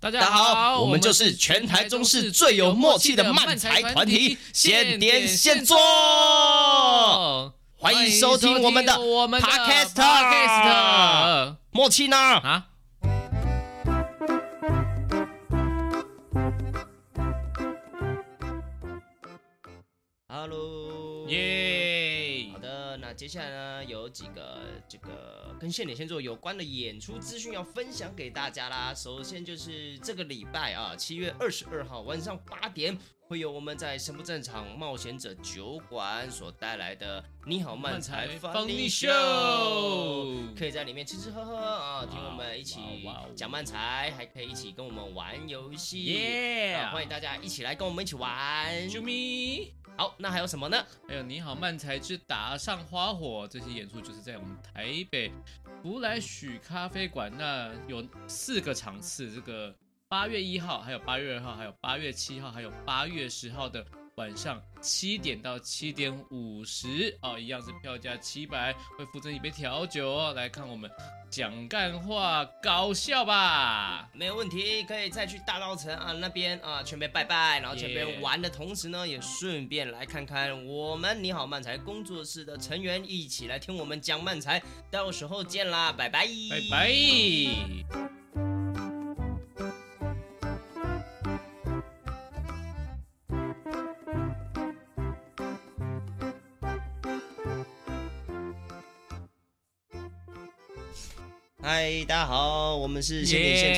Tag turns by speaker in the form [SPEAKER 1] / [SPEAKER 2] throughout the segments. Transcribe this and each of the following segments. [SPEAKER 1] 大
[SPEAKER 2] 大家好，我们就是全台中市最有默契的慢才团体，现点现做。哦欢迎收听我们的
[SPEAKER 1] 我们
[SPEAKER 2] Podcast
[SPEAKER 1] Podcast
[SPEAKER 2] 默契呢？
[SPEAKER 1] 啊。
[SPEAKER 2] ，Hello，
[SPEAKER 1] 耶
[SPEAKER 2] 好！的，那接下来呢，有几个这个跟现点现做有关的演出资讯要分享给大家啦。首先就是这个礼拜啊，七月二十二号晚上八点，会有我们在神不正常冒险者酒馆所带来的《你好漫才
[SPEAKER 1] 漫才
[SPEAKER 2] Funny
[SPEAKER 1] Funny
[SPEAKER 2] Show》，
[SPEAKER 1] Show
[SPEAKER 2] 可以在里面吃吃喝喝啊，听我们一起
[SPEAKER 1] 哇哇哇
[SPEAKER 2] 讲漫才，还可以一起跟我们玩游戏。啊
[SPEAKER 1] Yeah，
[SPEAKER 2] 欢迎大家一起来跟我们一起玩。
[SPEAKER 1] 啾咪。
[SPEAKER 2] 好，那还有什么呢？
[SPEAKER 1] 还有你好，漫才之打上花火这些演出就是在我们台北福来许咖啡馆，那有四个场次，这个八月一号，还有八月二号，还有八月七号，还有八月十号的晚上七点到七点五十哦，一样是票价七百，会附赠一杯调酒哦，来看我们讲干话，搞笑吧。
[SPEAKER 2] 没有问题，可以再去大稻城啊那边啊全边拜拜，然后全边
[SPEAKER 1] Yeah
[SPEAKER 2] 玩的同时呢，也顺便来看看我们你好漫才工作室的成员，一起来听我们讲漫才，到时候见啦，拜拜，
[SPEAKER 1] 拜拜。
[SPEAKER 2] 嗨，哎大家好，我们是新年现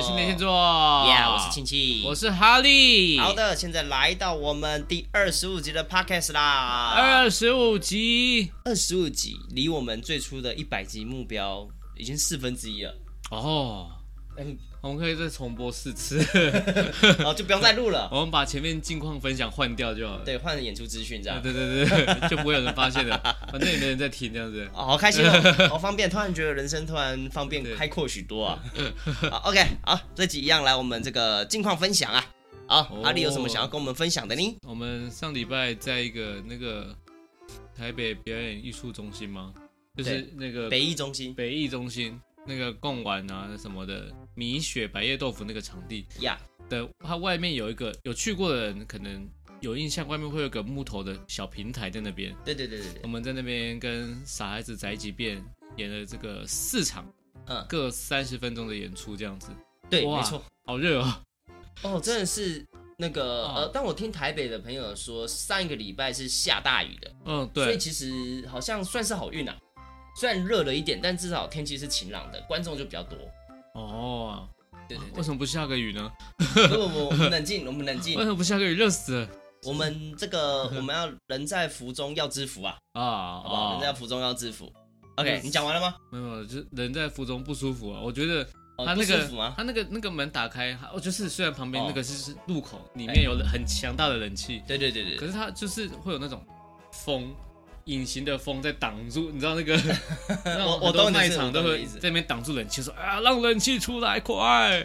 [SPEAKER 2] 做，
[SPEAKER 1] 新年现做。
[SPEAKER 2] 呀我是亲戚，
[SPEAKER 1] 我是哈利。
[SPEAKER 2] 好的，现在来到我们第二十五集的 podcast 啦，
[SPEAKER 1] 二十五集
[SPEAKER 2] 二十五集离我们最初的一百集目标已经四分之一了，
[SPEAKER 1] 哦，
[SPEAKER 2] 嗯，
[SPEAKER 1] 我们可以再重播四 次，
[SPEAKER 2] 哦，就不用再 录了。
[SPEAKER 1] 我们把前面近况分享换掉就好了。
[SPEAKER 2] 对，换演出资讯这
[SPEAKER 1] 啊
[SPEAKER 2] 样。
[SPEAKER 1] 对对对 对，就不会有人发现了，反正也没人在听这样子。
[SPEAKER 2] 哦，好开心 哦，好方便，突然觉得人生突然方便
[SPEAKER 1] 对
[SPEAKER 2] 开阔许多啊。好，OK，好，这集一样来我们这个近况分享啊。好，
[SPEAKER 1] 哦
[SPEAKER 2] 阿丽有什么想要跟我们分享的呢？
[SPEAKER 1] 我们上礼拜在一个那个台北表演艺术中心吗？就是那个
[SPEAKER 2] 北艺中心
[SPEAKER 1] 北艺中心那个贡丸啊什么的米雪白叶豆腐那个场地，
[SPEAKER 2] 呀，
[SPEAKER 1] 的，它外面有一个有去过的人可能有印象，外面会有一个木头的小平台在那边。
[SPEAKER 2] 对对对对对
[SPEAKER 1] 我，们在那边跟傻孩子宅急便演了这个四场，
[SPEAKER 2] 嗯，
[SPEAKER 1] 各三十分钟的演出，这样子。
[SPEAKER 2] 对，
[SPEAKER 1] 哇
[SPEAKER 2] 没错。
[SPEAKER 1] 好热哦！
[SPEAKER 2] 哦，真的是那个
[SPEAKER 1] 哦
[SPEAKER 2] 呃，但我听台北的朋友说，上一个礼拜是下大雨的，
[SPEAKER 1] 嗯，
[SPEAKER 2] 所以
[SPEAKER 1] 对，
[SPEAKER 2] 其实好像算是好运啊。虽然热了一点，但至少天气是晴朗的，观众就比 较多。
[SPEAKER 1] 哦，
[SPEAKER 2] 对对
[SPEAKER 1] 为什么不下个雨呢？
[SPEAKER 2] 对，不不，不我们冷静，我们冷静
[SPEAKER 1] 为。什么不下个雨？热死了
[SPEAKER 2] 我们这个我们要人在福中要知福啊，
[SPEAKER 1] 啊
[SPEAKER 2] 好不好？
[SPEAKER 1] 啊
[SPEAKER 2] 人！在福中要知福。OK，你讲完了吗？
[SPEAKER 1] 没有没有，就是人在福中不舒服啊。我觉得
[SPEAKER 2] 哦
[SPEAKER 1] 他
[SPEAKER 2] 不
[SPEAKER 1] 那
[SPEAKER 2] 舒
[SPEAKER 1] 个
[SPEAKER 2] 服吗？
[SPEAKER 1] 他那个那个门打开，哦，就是虽然旁边
[SPEAKER 2] 哦哎
[SPEAKER 1] 那个是是路口，里面有很强大的冷气，
[SPEAKER 2] 对对对对，
[SPEAKER 1] 可是它就是会有那种风，隐形的风在挡住，你知道那 个，那种
[SPEAKER 2] 我
[SPEAKER 1] 很
[SPEAKER 2] 懂
[SPEAKER 1] 多
[SPEAKER 2] 你
[SPEAKER 1] 卖
[SPEAKER 2] 是
[SPEAKER 1] 场
[SPEAKER 2] 我懂
[SPEAKER 1] 都
[SPEAKER 2] 你
[SPEAKER 1] 会
[SPEAKER 2] 意思
[SPEAKER 1] 在那边挡住冷气，说啊，让冷气出来，快！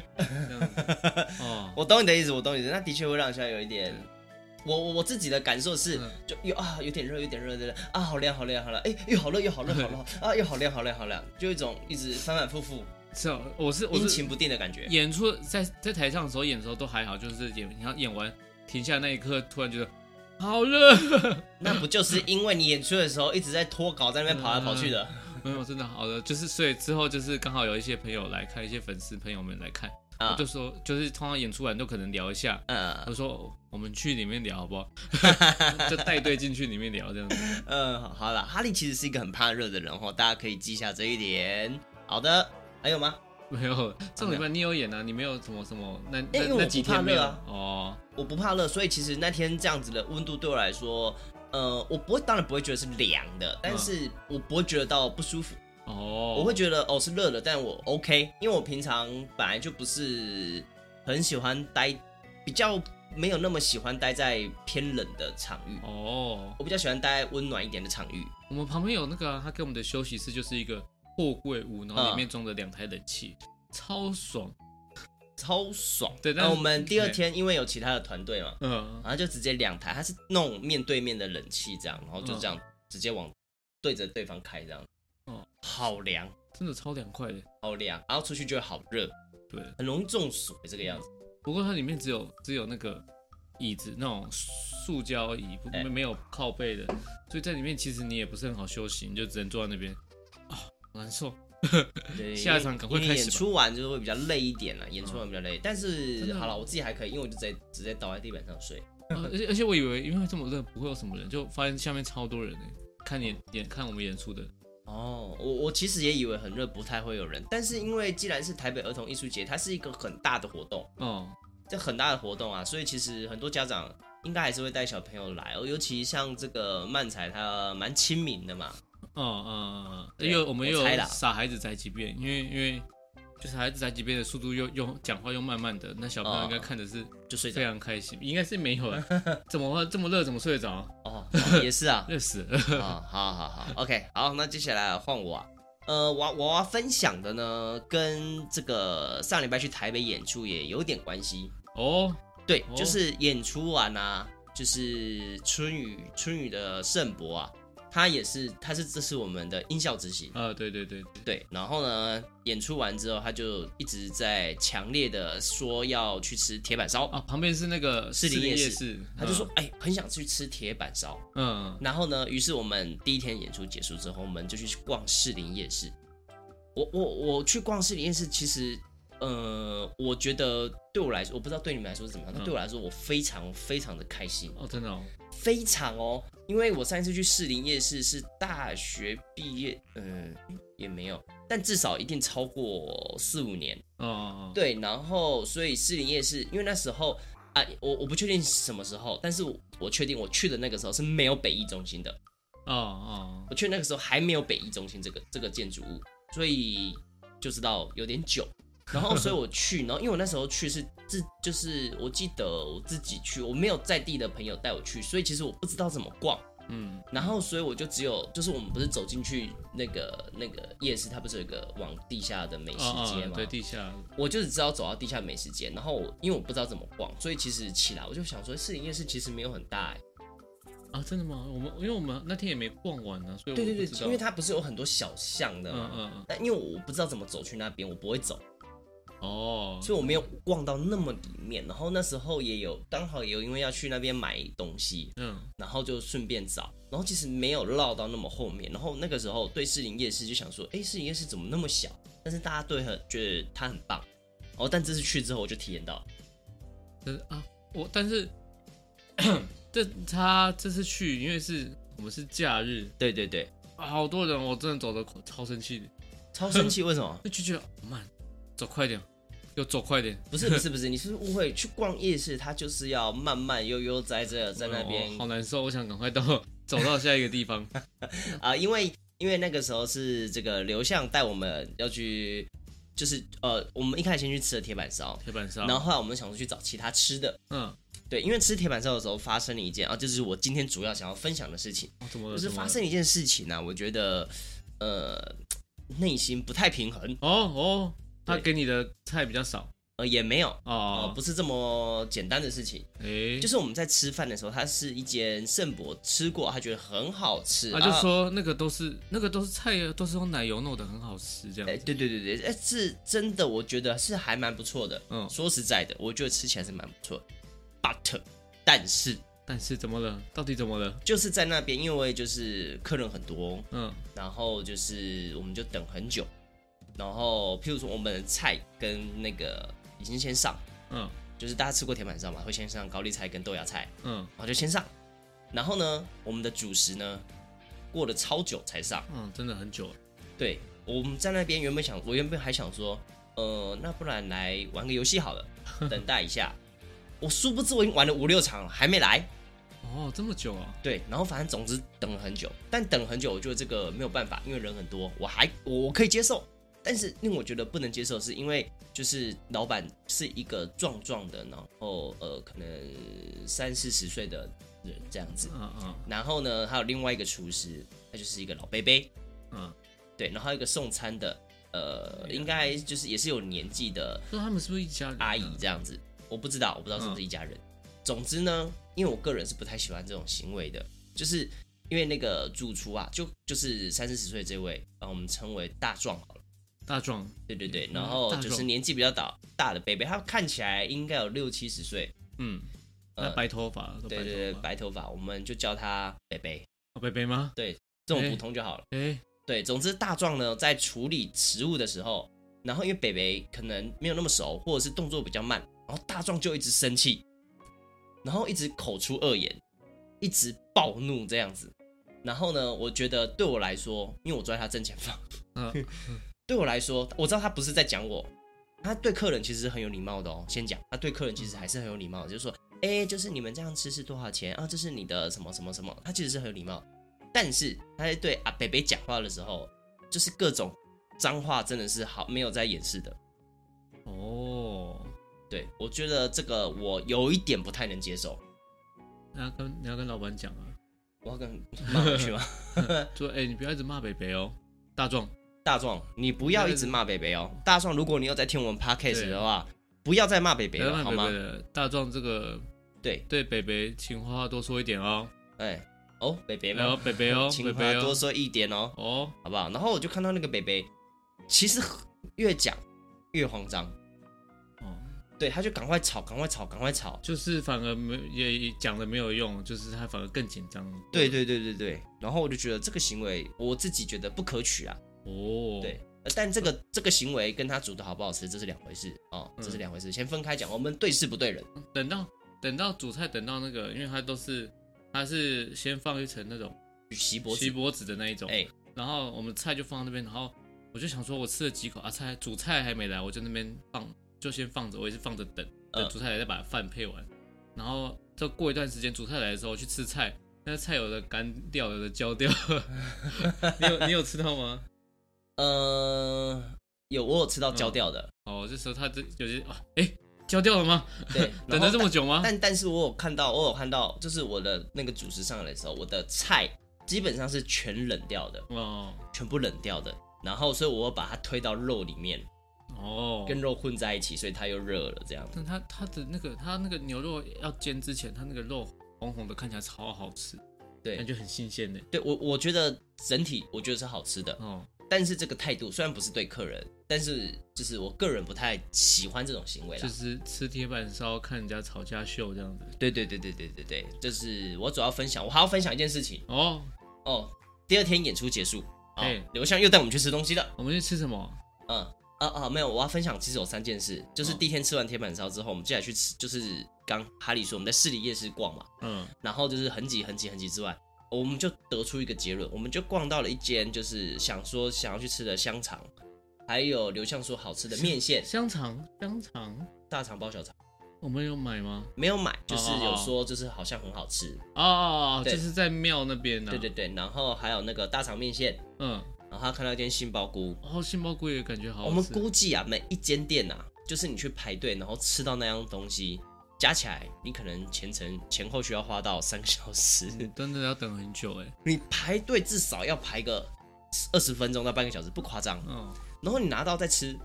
[SPEAKER 1] 这样子 哦，
[SPEAKER 2] 我懂你的意思，我懂你的意思。那的确会让人家有一点，我我我自己的感受是
[SPEAKER 1] 嗯，
[SPEAKER 2] 就有啊，有点热，有点热，有点热啊，好凉，好凉，好凉，哎，又好热，又好热，好热 啊，又好凉，好凉，好凉，就一种一直反反复复、
[SPEAKER 1] 是哦，我是我
[SPEAKER 2] 阴
[SPEAKER 1] 是
[SPEAKER 2] 晴不定的感觉。
[SPEAKER 1] 演出在在台上的时候演的时候都还好，就是演你看演完停下那一刻，突然觉得好热，
[SPEAKER 2] 那不就是因为你演出的时候一直在脱稿，在那边跑来跑去的？
[SPEAKER 1] 没有真的好热，就是所以之后就是刚好有一些朋友来看，一些粉丝朋友们来看，
[SPEAKER 2] 啊
[SPEAKER 1] 我就说就是通常演出完都可能聊一下，
[SPEAKER 2] 嗯
[SPEAKER 1] 我说我们去里面聊好不好？ 就带队进去里面聊这样子。
[SPEAKER 2] 嗯，好好了，哈利其实是一个很怕热的人哦，大家可以记下这一点。好的，还有吗？
[SPEAKER 1] 没有，上礼拜你有演啊？你没有什么什么？那
[SPEAKER 2] 哎因
[SPEAKER 1] 那
[SPEAKER 2] 为我
[SPEAKER 1] 那几天没有
[SPEAKER 2] 不怕热啊
[SPEAKER 1] 哦
[SPEAKER 2] 我不怕热，所以其实那天这样子的温度对我来说，呃，我不会，当然不会觉得是凉的，但是我不会觉得到不舒服，
[SPEAKER 1] 哦，
[SPEAKER 2] 我会觉得哦是热的，但我 OK，因为我平常本来就不是很喜欢待，比较没有那么喜欢待在偏冷的场域，
[SPEAKER 1] 哦，
[SPEAKER 2] 我比较喜欢待在温暖一点的场域。
[SPEAKER 1] 我们旁边有那个、啊，他给我们的休息室就是一个货柜屋，然后里
[SPEAKER 2] 嗯
[SPEAKER 1] 面装着两台冷气，超爽。
[SPEAKER 2] 超爽。
[SPEAKER 1] 对但
[SPEAKER 2] 那
[SPEAKER 1] 是
[SPEAKER 2] 我们第二天因为有其他的团队嘛，
[SPEAKER 1] 嗯，
[SPEAKER 2] 然后就直接两台，它是弄面对面的冷气这样，然后就
[SPEAKER 1] 嗯
[SPEAKER 2] 这样直接往对着对方开这样。
[SPEAKER 1] 哦
[SPEAKER 2] 好凉，
[SPEAKER 1] 真的超凉快的。
[SPEAKER 2] 好凉，然后出去就会好热。
[SPEAKER 1] 对，
[SPEAKER 2] 很容易中暑欸这个样子。
[SPEAKER 1] 不过它里面只有只有那个椅子，那种塑胶椅，不
[SPEAKER 2] 哎
[SPEAKER 1] 没没有靠背的，所以在里面其实你也不是很好休息，你就只能坐在那边啊，好难受。 哦
[SPEAKER 2] 对
[SPEAKER 1] 嗯下一场赶快
[SPEAKER 2] 因
[SPEAKER 1] 开
[SPEAKER 2] 为
[SPEAKER 1] 始吧嗯
[SPEAKER 2] 演出完就是会比较累一点了，演出完比较累。但
[SPEAKER 1] 真
[SPEAKER 2] 是
[SPEAKER 1] 的吗
[SPEAKER 2] 好了，我自己还可以，因为我就直接直接倒在地板上睡。
[SPEAKER 1] 呃而且而且我以为因为这么热不会有什么人，就发现下面超多人呢、看演演看我们演出的，
[SPEAKER 2] 哦，我我其实也以为很热不太会有人，但是因为既然是台北儿童艺术节，它是一个很大的活动，
[SPEAKER 1] 哦，
[SPEAKER 2] 这很大的活动啊，所以其实很多家长应该还是会带小朋友来哦，尤其像这个漫才，它蛮亲民的嘛。
[SPEAKER 1] 哦哦，嗯，
[SPEAKER 2] 对
[SPEAKER 1] 又我们又
[SPEAKER 2] 我猜啦
[SPEAKER 1] 傻孩子宅急便，因为因为就是孩子宅急便的速度又又讲话又慢慢的，那小朋友
[SPEAKER 2] 哦
[SPEAKER 1] 应该看的是
[SPEAKER 2] 就睡着
[SPEAKER 1] 非常开心，应该是没 有啊，怎么会这么热怎么睡得着啊？
[SPEAKER 2] 哦，也是啊，
[SPEAKER 1] 热死了，
[SPEAKER 2] 啊、好好好，OK，好，那接下来换我、啊。呃，我我要分享的呢，跟这个上礼拜去台北演出也有点关系。
[SPEAKER 1] 哦，
[SPEAKER 2] 对，
[SPEAKER 1] 哦
[SPEAKER 2] 就是演出完啊，就是春雨春雨的盛博啊，他也是他是这是我们的音效执行。
[SPEAKER 1] 啊，对对对对，
[SPEAKER 2] 对，然后呢，演出完之后，他就一直在强烈的说要去吃铁板烧，
[SPEAKER 1] 啊，旁边是那个
[SPEAKER 2] 士林
[SPEAKER 1] 林
[SPEAKER 2] 夜
[SPEAKER 1] 夜
[SPEAKER 2] 市
[SPEAKER 1] 市，
[SPEAKER 2] 他就
[SPEAKER 1] 嗯
[SPEAKER 2] 说，哎、很想去吃铁板烧。
[SPEAKER 1] 嗯，
[SPEAKER 2] 然后呢，于是我们第一天演出结束之后，我们就去逛士林夜市。我我我去逛士林夜市，其实，呃，我觉得对我来说，我不知道对你们来说是怎么样，但对我来说，我非常非常的开心，
[SPEAKER 1] 哦，真的哦，
[SPEAKER 2] 非常哦，因为我上一次去士林夜市是大学毕业，嗯、也没有，但至少一定超过四五年。
[SPEAKER 1] 哦哦，哦，
[SPEAKER 2] 对，然后所以士林夜市，因为那时候啊，我我不确定什么时候，但是我我确定我去的那个时候是没有北艺中心的。
[SPEAKER 1] 哦哦，
[SPEAKER 2] 我去那个时候还没有北艺中心这个这个建筑物，所以就知道有点久。然后，所以我去，然后因为我那时候去是自，就是我记得我自己去，我没有在地的朋友带我去，所以其实我不知道怎么逛。
[SPEAKER 1] 嗯，
[SPEAKER 2] 然后，所以我就只有，就是我们不是走进去那个那个夜市，它不是有一个往地下的美食
[SPEAKER 1] 哦
[SPEAKER 2] 街
[SPEAKER 1] 哦
[SPEAKER 2] 吗？，
[SPEAKER 1] 对，地下，
[SPEAKER 2] 我就只知道走到地下美食街，然后我因为我不知道怎么逛，所以其实起来我就想说，士林夜市其实没有很大、欸，
[SPEAKER 1] 啊，真的吗？我们因为我们那天也没逛完呢，所以我
[SPEAKER 2] 对
[SPEAKER 1] 不
[SPEAKER 2] 对
[SPEAKER 1] 知
[SPEAKER 2] 对，
[SPEAKER 1] 道
[SPEAKER 2] 因为它不是有很多小巷的
[SPEAKER 1] 嗯
[SPEAKER 2] 嘛，
[SPEAKER 1] 嗯
[SPEAKER 2] 但因为我不知道怎么走去那边，我不会走，
[SPEAKER 1] 嗯，哦，
[SPEAKER 2] 所以我没有逛到那么里面。然后那时候也有刚好也有因为要去那边买东西，
[SPEAKER 1] 嗯，
[SPEAKER 2] 然后就顺便找，然后其实没有绕到那么后面。然后那个时候对士林夜市就想说，哎，士林夜市怎么那么小？但是大家对很觉得它很棒。哦，但这次去之后我就体验到，
[SPEAKER 1] 但是啊，我但是 这他这次去，因为是我们是假日，
[SPEAKER 2] 对对对，
[SPEAKER 1] 啊好多人，我真的走的超生气的，
[SPEAKER 2] 超生气。为什么？
[SPEAKER 1] 就觉得哦慢，走快点，又走快点，
[SPEAKER 2] 不是不是不是，你是不是误会？去逛夜市，它就是要慢慢悠悠哉哉的在那边
[SPEAKER 1] 哦好难受，我想赶快到走到下一个地方，
[SPEAKER 2] 啊、因为因为那个时候是这个刘向带我们要去，就是呃，我们一开始先去吃了铁板烧，
[SPEAKER 1] 铁板烧，
[SPEAKER 2] 然后后来我们想说去找其他吃的。
[SPEAKER 1] 嗯，
[SPEAKER 2] 对，因为吃铁板烧的时候发生了一件啊，这就是我今天主要想要分享的事情，
[SPEAKER 1] 哦怎么
[SPEAKER 2] 就
[SPEAKER 1] 了？
[SPEAKER 2] 是
[SPEAKER 1] 怎么
[SPEAKER 2] 发
[SPEAKER 1] 了
[SPEAKER 2] 生一件事情呢、啊我觉得呃内心不太平衡，
[SPEAKER 1] 哦哦，他
[SPEAKER 2] 对
[SPEAKER 1] 给你的菜比较少
[SPEAKER 2] 呃也没有呃
[SPEAKER 1] 哦，
[SPEAKER 2] 不是这么简单的事情，
[SPEAKER 1] 诶，
[SPEAKER 2] 就是我们在吃饭的时候，它是一间盛博吃过，他觉得很好吃，
[SPEAKER 1] 啊
[SPEAKER 2] 啊
[SPEAKER 1] 他就说那个都是那个都是菜啊，都是用奶油弄的，很好吃这
[SPEAKER 2] 哎、
[SPEAKER 1] 样子。
[SPEAKER 2] 对对对对，哎、是真的，我觉得是还蛮不错的。
[SPEAKER 1] 嗯
[SPEAKER 2] 嗯，说实在的，我觉得吃起来是蛮不错的。But，但是
[SPEAKER 1] 但是怎么了？到底怎么了？
[SPEAKER 2] 就是在那边，因为就是客人很多，
[SPEAKER 1] 嗯
[SPEAKER 2] 然后就是我们就等很久，然后譬如说我们的菜跟那个已经先上，
[SPEAKER 1] 嗯
[SPEAKER 2] 就是大家吃过铁板烧嘛，会先上高丽菜跟豆芽菜，
[SPEAKER 1] 嗯
[SPEAKER 2] 然后就先上。然后呢，我们的主食呢过了超久才上。
[SPEAKER 1] 嗯，真的很久了。
[SPEAKER 2] 对，我们在那边原本想，我原本还想说，呃，那不然来玩个游戏好了，等待一下。我殊不知我已经玩了五六场了，还没来。
[SPEAKER 1] 哦，这么久啊？
[SPEAKER 2] 对，然后反正总之等了很久，但等了很久，我觉得这个没有办法，因为人很多，我还我我可以接受，但是令我觉得不能接受，是因为就是老板是一个壮壮的，然后呃可能三四十岁的人这样子，
[SPEAKER 1] 嗯嗯
[SPEAKER 2] 然后呢还有另外一个厨师，他就是一个老贝贝，
[SPEAKER 1] 嗯，
[SPEAKER 2] 对，然后还有一个送餐的，
[SPEAKER 1] 啊
[SPEAKER 2] 呃，应该就是也是有年纪的
[SPEAKER 1] 说他们是不是一家人啊？
[SPEAKER 2] 阿姨这样子，我不知道，我不知道是不
[SPEAKER 1] 嗯
[SPEAKER 2] 是一家人。总之呢，因为我个人是不太喜欢这种行为的，就是因为那个主厨啊，就就是三四十岁这位，把我们称为大壮好了，
[SPEAKER 1] 大壮，
[SPEAKER 2] 对对对，然后
[SPEAKER 1] 嗯大
[SPEAKER 2] 就是
[SPEAKER 1] 壮
[SPEAKER 2] 年纪比较大大的贝贝，他看起来应该有六七十岁，
[SPEAKER 1] 嗯，
[SPEAKER 2] 呃
[SPEAKER 1] 那白头发，都
[SPEAKER 2] 对对对，
[SPEAKER 1] 白
[SPEAKER 2] 白头发，我们就叫他贝贝，
[SPEAKER 1] 头发哦贝贝吗？
[SPEAKER 2] 这种
[SPEAKER 1] 哎
[SPEAKER 2] 普通就好了。
[SPEAKER 1] 哎，
[SPEAKER 2] 对，总之大壮呢，在处理食物的时候，然后因为北北可能没有那么熟，或者是动作比较慢，然后大壮就一直生气，然后一直口出恶言，一直暴怒这样子。然后呢，我觉得对我来说，因为我坐在他正前方，
[SPEAKER 1] 嗯，
[SPEAKER 2] 对我来说，我知道他不是在讲我，他对客人其实是很有礼貌的哦。先讲，他对客人其实还是很有礼貌的，就是说，哎，就是你们这样吃是多少钱啊？这是你的什么什么什么，他其实是很有礼貌。但是他在对阿北北讲话的时候，就是各种脏话，真的是好没有在掩饰的。
[SPEAKER 1] 哦，
[SPEAKER 2] 对我觉得这个我有一点不太能接受，
[SPEAKER 1] 那要跟你要跟老板讲啊，
[SPEAKER 2] 我要跟骂回去吗？
[SPEAKER 1] 说哎，你不要一直骂北北哦，大壮，
[SPEAKER 2] 大壮，你不要一直骂北北哦。大壮，如果你有在听我们 podcast
[SPEAKER 1] 对
[SPEAKER 2] 的话，不要再骂北北
[SPEAKER 1] 不要
[SPEAKER 2] 了，
[SPEAKER 1] 骂
[SPEAKER 2] 好
[SPEAKER 1] 北
[SPEAKER 2] 吗
[SPEAKER 1] 北？了，大壮这个
[SPEAKER 2] 对，
[SPEAKER 1] 对北北情话多说一点哦，
[SPEAKER 2] 哎，哦，北北
[SPEAKER 1] 然后
[SPEAKER 2] 吗？
[SPEAKER 1] 北北哦，北
[SPEAKER 2] 情话
[SPEAKER 1] 北
[SPEAKER 2] 多
[SPEAKER 1] 哦，
[SPEAKER 2] 说一点哦，
[SPEAKER 1] 哦，
[SPEAKER 2] 好不好？然后我就看到那个北北，其实越讲越慌张，
[SPEAKER 1] 哦，
[SPEAKER 2] 对，他就赶快吵，赶快吵，赶快吵。
[SPEAKER 1] 就是反而没也讲了没有用，就是他反而更紧张。
[SPEAKER 2] 对，对对对对，然后我就觉得这个行为我自己觉得不可取啊，
[SPEAKER 1] 哦，
[SPEAKER 2] 对，呃但这个这个行为跟他煮的好不好吃这是两回事哦，这是
[SPEAKER 1] 嗯
[SPEAKER 2] 两回事，先分开讲，我们对事不对人。
[SPEAKER 1] 等到等到主菜，等到那个，因为它都是它是先放一层那种
[SPEAKER 2] 席脖
[SPEAKER 1] 锡
[SPEAKER 2] 子，
[SPEAKER 1] 箔纸的那一种，
[SPEAKER 2] 哎
[SPEAKER 1] 然后我们菜就放那边，然后我就想说，我吃了几口啊，菜主菜还没来，我就那边放，就先放着，我也是放着等，等
[SPEAKER 2] 嗯
[SPEAKER 1] 主菜来再把饭配完，然后再过一段时间主菜来的时候去吃菜，那菜有的干掉，有的焦 掉，你有你有吃到吗？
[SPEAKER 2] 呃，有我有吃到焦 掉的，
[SPEAKER 1] 哦，这时候他这有些啊，哎，焦掉了吗？，
[SPEAKER 2] 对
[SPEAKER 1] 等了这么
[SPEAKER 2] 久。
[SPEAKER 1] 久吗？
[SPEAKER 2] 但但是我有看到，我有看到，就是我的那个主食上来的时候，我的菜基本上是全冷掉的，
[SPEAKER 1] 哦
[SPEAKER 2] 全部冷掉的。然后，所以我把它推到肉里面，
[SPEAKER 1] 哦，
[SPEAKER 2] 跟肉混在一起，所以它又热了这样。
[SPEAKER 1] 但它它的那个它那个牛肉要煎之前，它那个肉红红的，看起来超好吃，
[SPEAKER 2] 对
[SPEAKER 1] 感觉很新鲜呢。
[SPEAKER 2] 对我，我觉得整体我觉得是好吃的，
[SPEAKER 1] 哦，
[SPEAKER 2] 但是这个态度虽然不是对客人，但是就是我个人不太喜欢这种行为啦
[SPEAKER 1] 就。是吃铁板烧，看人家吵架秀这样子。
[SPEAKER 2] 对对对对对对对，就是我主要分享，我还要分享一件事情
[SPEAKER 1] 哦，
[SPEAKER 2] 哦。第二天演出结束，哦
[SPEAKER 1] 哎，
[SPEAKER 2] 刘翔又带我们去吃东西了。
[SPEAKER 1] 我们去吃什么？
[SPEAKER 2] 嗯，啊啊，没有，我要分享其实有三件事，就是
[SPEAKER 1] 哦
[SPEAKER 2] 第一天吃完铁板烧之后，我们接下来去吃，就是刚哈利说我们在市里夜市逛嘛，
[SPEAKER 1] 嗯，
[SPEAKER 2] 然后就是很挤很挤很挤之外，我们就得出一个结论，我们就逛到了一间就是想说想要去吃的香肠，还有刘向说好吃的面线，
[SPEAKER 1] 香肠，香肠，
[SPEAKER 2] 大肠包小肠，
[SPEAKER 1] 我们有买吗？
[SPEAKER 2] 没有买，就是
[SPEAKER 1] 哦哦
[SPEAKER 2] 有
[SPEAKER 1] 哦
[SPEAKER 2] 说就是好像很好吃，
[SPEAKER 1] 哦，
[SPEAKER 2] 对
[SPEAKER 1] 就是在庙那边呢、
[SPEAKER 2] 对对，对，然后还有那个大肠面线，
[SPEAKER 1] 嗯，
[SPEAKER 2] 然后他看到一间杏鲍菇，
[SPEAKER 1] 哦，杏鲍菇也感觉好好
[SPEAKER 2] 我们
[SPEAKER 1] 吃
[SPEAKER 2] 估计啊，每一间店啊，就是你去排队，然后吃到那样东西，加起来你可能前程前后需要花到三个小时，
[SPEAKER 1] 嗯真的要等很久哎。
[SPEAKER 2] 你排队至少要排个二十分钟到半个小时，不夸张。
[SPEAKER 1] 嗯，
[SPEAKER 2] 然后你拿到再吃，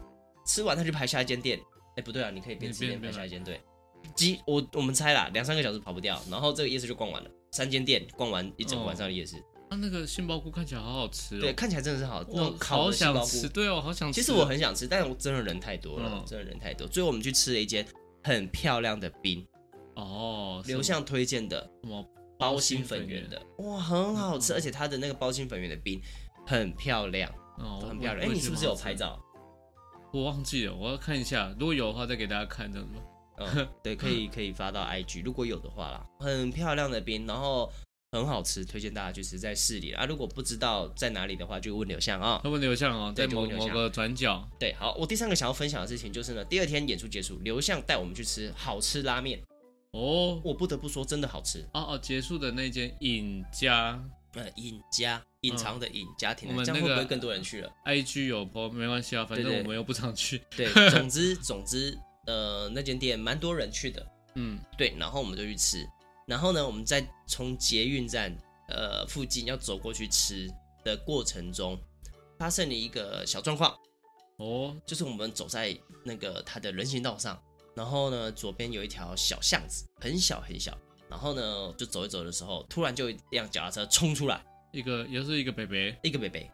[SPEAKER 2] 吃完再去排下一间店，哎、不对啊，你可以边吃
[SPEAKER 1] 你
[SPEAKER 2] 边
[SPEAKER 1] 边
[SPEAKER 2] 排
[SPEAKER 1] 边
[SPEAKER 2] 下一间，对，几我我们猜啦，两三个小时跑不掉，然后这个夜市就逛完了。三间店逛完一整个晚上的夜市，
[SPEAKER 1] 它、啊那个杏鲍菇看起来好好吃哦。
[SPEAKER 2] 对，，看起来真的是好，那
[SPEAKER 1] 我
[SPEAKER 2] 种烤
[SPEAKER 1] 好
[SPEAKER 2] 的杏鲍
[SPEAKER 1] 想
[SPEAKER 2] 菇
[SPEAKER 1] 吃，对哦，好想吃。
[SPEAKER 2] 其实我很想吃，但我真的人太多了，
[SPEAKER 1] 嗯
[SPEAKER 2] 真的人太多，所以我们去吃了一间很漂亮的冰，
[SPEAKER 1] 哦，
[SPEAKER 2] 刘向推荐的
[SPEAKER 1] 什么
[SPEAKER 2] 包心粉圆的，哇，很好
[SPEAKER 1] 嗯
[SPEAKER 2] 吃，而且它的那个包心粉圆的冰很漂亮，
[SPEAKER 1] 哦，我
[SPEAKER 2] 很漂亮。
[SPEAKER 1] 我
[SPEAKER 2] 哎，
[SPEAKER 1] 也
[SPEAKER 2] 你
[SPEAKER 1] 觉
[SPEAKER 2] 是
[SPEAKER 1] 得
[SPEAKER 2] 不是有
[SPEAKER 1] 蛮好
[SPEAKER 2] 拍
[SPEAKER 1] 吃的？
[SPEAKER 2] 照？
[SPEAKER 1] 我忘记了，我要看一下，如果有的话再给大家看，这样子吗。
[SPEAKER 2] 嗯，对，可以可以发到 IG，如果有的话啦，很漂亮的冰，然后很好吃，推荐大家去吃，在市里啊。如果不知道在哪里的话，就问刘向啊。
[SPEAKER 1] 要问刘向哦，
[SPEAKER 2] 对
[SPEAKER 1] 在
[SPEAKER 2] 就
[SPEAKER 1] 某
[SPEAKER 2] 问刘
[SPEAKER 1] 某
[SPEAKER 2] 向
[SPEAKER 1] 个转角，
[SPEAKER 2] 对，好，我第三个想要分享的事情就是呢，第二天演出结束，刘向带我们去吃好吃拉面，
[SPEAKER 1] 哦
[SPEAKER 2] 我不得不说真的好吃。
[SPEAKER 1] 哦哦，结束的那间尹家
[SPEAKER 2] 呃，尹家隐藏的隐家庭
[SPEAKER 1] 嗯
[SPEAKER 2] 的，
[SPEAKER 1] 我们
[SPEAKER 2] 这样
[SPEAKER 1] 那
[SPEAKER 2] 会
[SPEAKER 1] 个
[SPEAKER 2] 不会更多人去 了？
[SPEAKER 1] IG 有播，没关系啊，反正
[SPEAKER 2] 对对
[SPEAKER 1] 我们又不常去。
[SPEAKER 2] 对，总之总之，呃，那间店蛮多人去的，
[SPEAKER 1] 嗯，
[SPEAKER 2] 对，然后我们就去吃，然后呢，我们在从捷运站呃附近要走过去吃的过程中，发生了一个小状况，
[SPEAKER 1] 哦
[SPEAKER 2] 就是我们走在那个它的人行道上，然后呢，左边有一条小巷子，很小很小，然后呢，就走一走的时候，突然就有一辆脚踏车冲出来，
[SPEAKER 1] 一个也是一个北北，
[SPEAKER 2] 一个北北，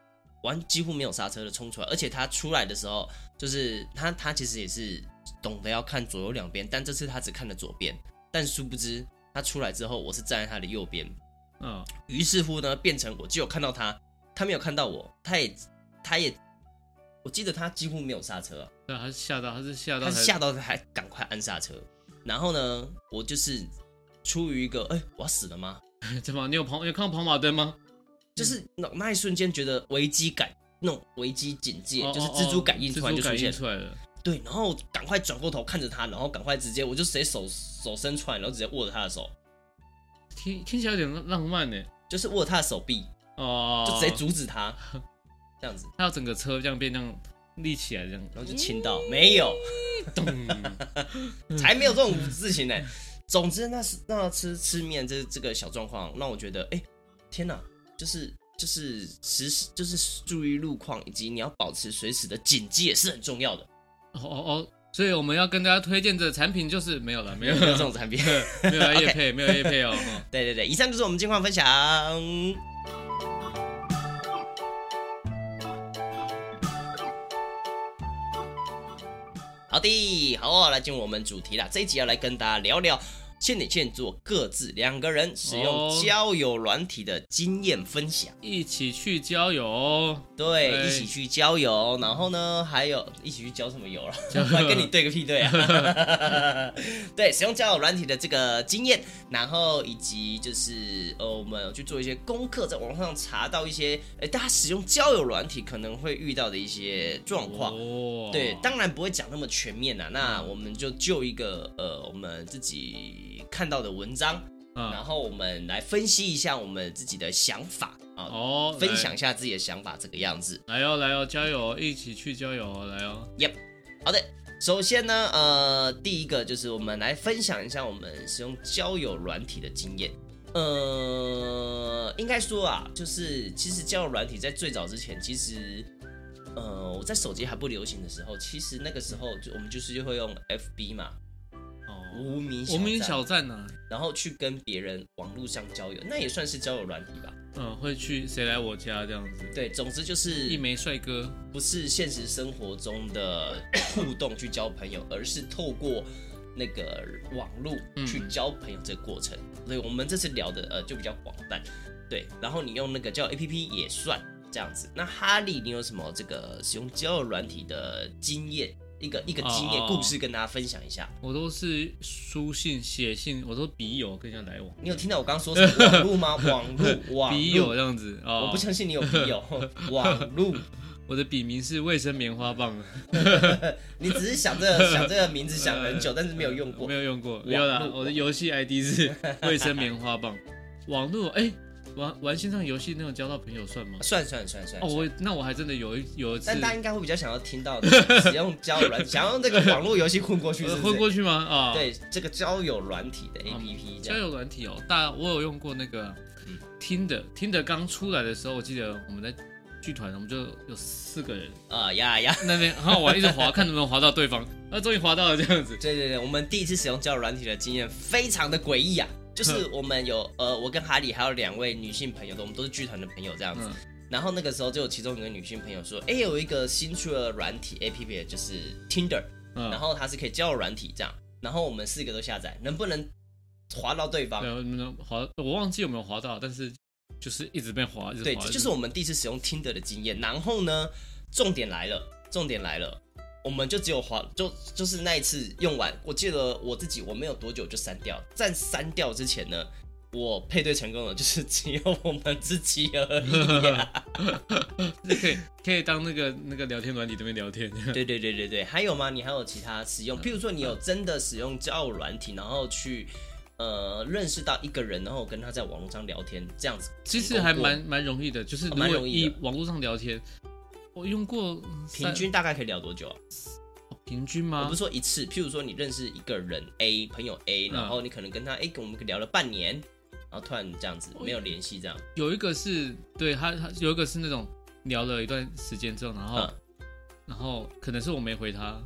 [SPEAKER 2] 完几乎没有刹车的冲出来，而且他出来的时候，就是他他其实也是懂得要看左右两边，但这次他只看了左边，但殊不知他出来之后，我是站在他的右边，
[SPEAKER 1] 嗯，
[SPEAKER 2] 于是乎呢，变成我只有看到他，他没有看到我，他也他也，我记得他几乎没有刹车啊、
[SPEAKER 1] 对，他是吓到，他是吓到
[SPEAKER 2] 他
[SPEAKER 1] 才，
[SPEAKER 2] 是吓到他还赶快按刹车，然后呢，我就是出于一个哎、我要死了吗？
[SPEAKER 1] 怎么？你有跑？有看到跑马灯吗？
[SPEAKER 2] 就是
[SPEAKER 1] 嗯
[SPEAKER 2] 那那一瞬间觉得危机感，那种危机警戒，
[SPEAKER 1] 哦
[SPEAKER 2] 就是
[SPEAKER 1] 哦
[SPEAKER 2] 蜘蛛
[SPEAKER 1] 哦
[SPEAKER 2] 感应
[SPEAKER 1] 蜘
[SPEAKER 2] 突然
[SPEAKER 1] 蛛
[SPEAKER 2] 就出
[SPEAKER 1] 感
[SPEAKER 2] 现
[SPEAKER 1] 应，出来了，
[SPEAKER 2] 对，然后赶快转过头看着他，然后赶快直接我就直接手手伸出来，然后直接握着他的手，
[SPEAKER 1] 听听起来有点浪漫呢。
[SPEAKER 2] 就是握着他的手臂，
[SPEAKER 1] 哦，
[SPEAKER 2] 就直接阻止他，这样子，
[SPEAKER 1] 他要整个车这样变这样立起来这样，
[SPEAKER 2] 然后就亲到，没有，
[SPEAKER 1] 咚， 嗯
[SPEAKER 2] 才没有这种事情呢。总之那是那吃吃面这这个小状况，让我觉得，哎、天哪，就是就是时时就是注意路况，以及你要保持随时的警戒是很重要的。
[SPEAKER 1] 哦哦哦，所以我们要跟大家推荐的产品就是没有了，没有
[SPEAKER 2] 没有这
[SPEAKER 1] 了，
[SPEAKER 2] 种产品。
[SPEAKER 1] 没 有了叶配，没有叶配哦。哈
[SPEAKER 2] 对对对，以上就是我们近况分享。好的，好、哦，来进入我们主题啦。这一集要来跟大家聊聊现点现做各自两个人使用
[SPEAKER 1] 哦
[SPEAKER 2] 交友软体的经验分享。
[SPEAKER 1] 一起去郊游，
[SPEAKER 2] 对，
[SPEAKER 1] 对
[SPEAKER 2] 一起去郊游，然后呢，还有一起去郊什么游了？
[SPEAKER 1] 郊
[SPEAKER 2] 跟你对个屁对 啊！ 对，使用交友软体的这个经验，然后以及就是呃，我们有去做一些功课，在网上查到一些，哎，大家使用交友软体可能会遇到的一些状况。
[SPEAKER 1] 哦，嗯
[SPEAKER 2] 对，当然不会讲那么全面啦、那我们就就一个呃，我们自己看到的文章，然
[SPEAKER 1] 嗯，
[SPEAKER 2] 后我们来分析一下我们自己的想法啊，
[SPEAKER 1] 哦，
[SPEAKER 2] 分享一下自己的想法，这个样子。
[SPEAKER 1] 来，来哦，来哦，郊游，一起去郊游哦，来哦，
[SPEAKER 2] 好的，首先呢，呃，第一个就是我们来分享一下我们使用交友软体的经验。呃，应该说啊，就是其实交友软体在最早之前，其实呃，我在手机还不流行的时候，其实那个时候就我们就是就会用 FB 嘛，
[SPEAKER 1] 哦，
[SPEAKER 2] 无名小
[SPEAKER 1] 无名
[SPEAKER 2] 站
[SPEAKER 1] 小站啊呢，
[SPEAKER 2] 然后去跟别人网络上交友，那也算是交友软体吧。
[SPEAKER 1] 嗯，会去谁来我家这样子，
[SPEAKER 2] 对，总之就是
[SPEAKER 1] 一枚帅哥，
[SPEAKER 2] 不是现实生活中的 互动去交朋友，而是透过那个网络
[SPEAKER 1] 嗯
[SPEAKER 2] 去交朋友这个过程。所以我们这次聊的呃就比较广泛，对。然后你用那个叫 A P P 也算这样子。那哈利，你有什么这个使用交友软体的经验？一个一个经验
[SPEAKER 1] 哦
[SPEAKER 2] 故事跟大家分享一下。
[SPEAKER 1] 我都是书信、写信，我都笔友跟人家来往，
[SPEAKER 2] 你有听到我刚刚说什么网 络吗？网络，网
[SPEAKER 1] 笔友
[SPEAKER 2] 络。
[SPEAKER 1] 这样子哦，
[SPEAKER 2] 我不相信你有笔 友，网络，
[SPEAKER 1] 我的笔名是卫生棉花 棒，
[SPEAKER 2] 你只是想这个想这个名字想很久，但是没有用过
[SPEAKER 1] 没。有用过，
[SPEAKER 2] 络
[SPEAKER 1] 没有啦。我的游戏 ID 是卫生棉花棒。网络哎、玩玩线上游戏那种交到朋友算吗？
[SPEAKER 2] 算算算算
[SPEAKER 1] 哦，，我那我还真的有一有一次
[SPEAKER 2] 但大家应该会比较想要听 到的，使用交友软，想要用这个网络游戏混过去是
[SPEAKER 1] 呃
[SPEAKER 2] 不是，
[SPEAKER 1] 混过去吗？啊，，
[SPEAKER 2] 对这个交友软体的 APP 这
[SPEAKER 1] 交
[SPEAKER 2] 样。
[SPEAKER 1] 友软体哦，大我有用过那个
[SPEAKER 2] 嗯
[SPEAKER 1] Tinder Tinder 刚出来的时候，我记得我们在剧团，我们就有四个人
[SPEAKER 2] 啊呀 呀，
[SPEAKER 1] 那边很好玩，一直滑，看能不能滑到对方，那终于滑到了这样子。
[SPEAKER 2] 对对对，我们第一次使用交友软体的经验非常的诡异啊，就是我们有呃，我跟哈利还有两位女性朋友的，我们都是剧团的朋友这样子。
[SPEAKER 1] 嗯
[SPEAKER 2] 然后那个时候就有其中一个女性朋友说，哎，有一个新出的软体 APP 就是 Tinder，然
[SPEAKER 1] 嗯，
[SPEAKER 2] 后它是可以交友软体这样，然后我们四个都下载，能不能滑到对方
[SPEAKER 1] 对，？我们滑，我忘记有没有滑到，但是就是一直被滑，一直滑。
[SPEAKER 2] 对，
[SPEAKER 1] 一
[SPEAKER 2] 这
[SPEAKER 1] 直
[SPEAKER 2] 就是我们第一次使用 Tinder 的经验。然后呢，重点来了，重点来了，我们就只有滑，就就是那一次用完，我记得我自己我没有多久就删掉，在删掉之前呢。我配对成功了，就是 只有我们自己而已、 啊。
[SPEAKER 1] 那可以可以当那个那个聊天软体这边聊天。
[SPEAKER 2] 对对对对对，还有吗？你还有其他使用？譬如说，你有真的使用交友软体，然后去呃认识到一个人，然后跟他在网络上聊天，这样子
[SPEAKER 1] 其
[SPEAKER 2] 成
[SPEAKER 1] 实
[SPEAKER 2] 功
[SPEAKER 1] 还
[SPEAKER 2] 过
[SPEAKER 1] 蛮蛮容易的，就是
[SPEAKER 2] 哦
[SPEAKER 1] 如
[SPEAKER 2] 蛮
[SPEAKER 1] 果
[SPEAKER 2] 容易
[SPEAKER 1] 以
[SPEAKER 2] 的
[SPEAKER 1] 网络上聊天，我用过
[SPEAKER 2] 平
[SPEAKER 1] 三
[SPEAKER 2] 均大概可以聊多久啊？
[SPEAKER 1] 平均
[SPEAKER 2] 我
[SPEAKER 1] 吗
[SPEAKER 2] 不是？说一次，譬如说你认识一个人 A 朋友 A，
[SPEAKER 1] 嗯
[SPEAKER 2] 然后你可能跟他哎、跟我们聊了半年，然后突然这样
[SPEAKER 1] 哦
[SPEAKER 2] 子没有联系，这样
[SPEAKER 1] 有一个是对他他有一个是那种聊了一段时间之后，然后、
[SPEAKER 2] 嗯
[SPEAKER 1] 然后可能是我没回他，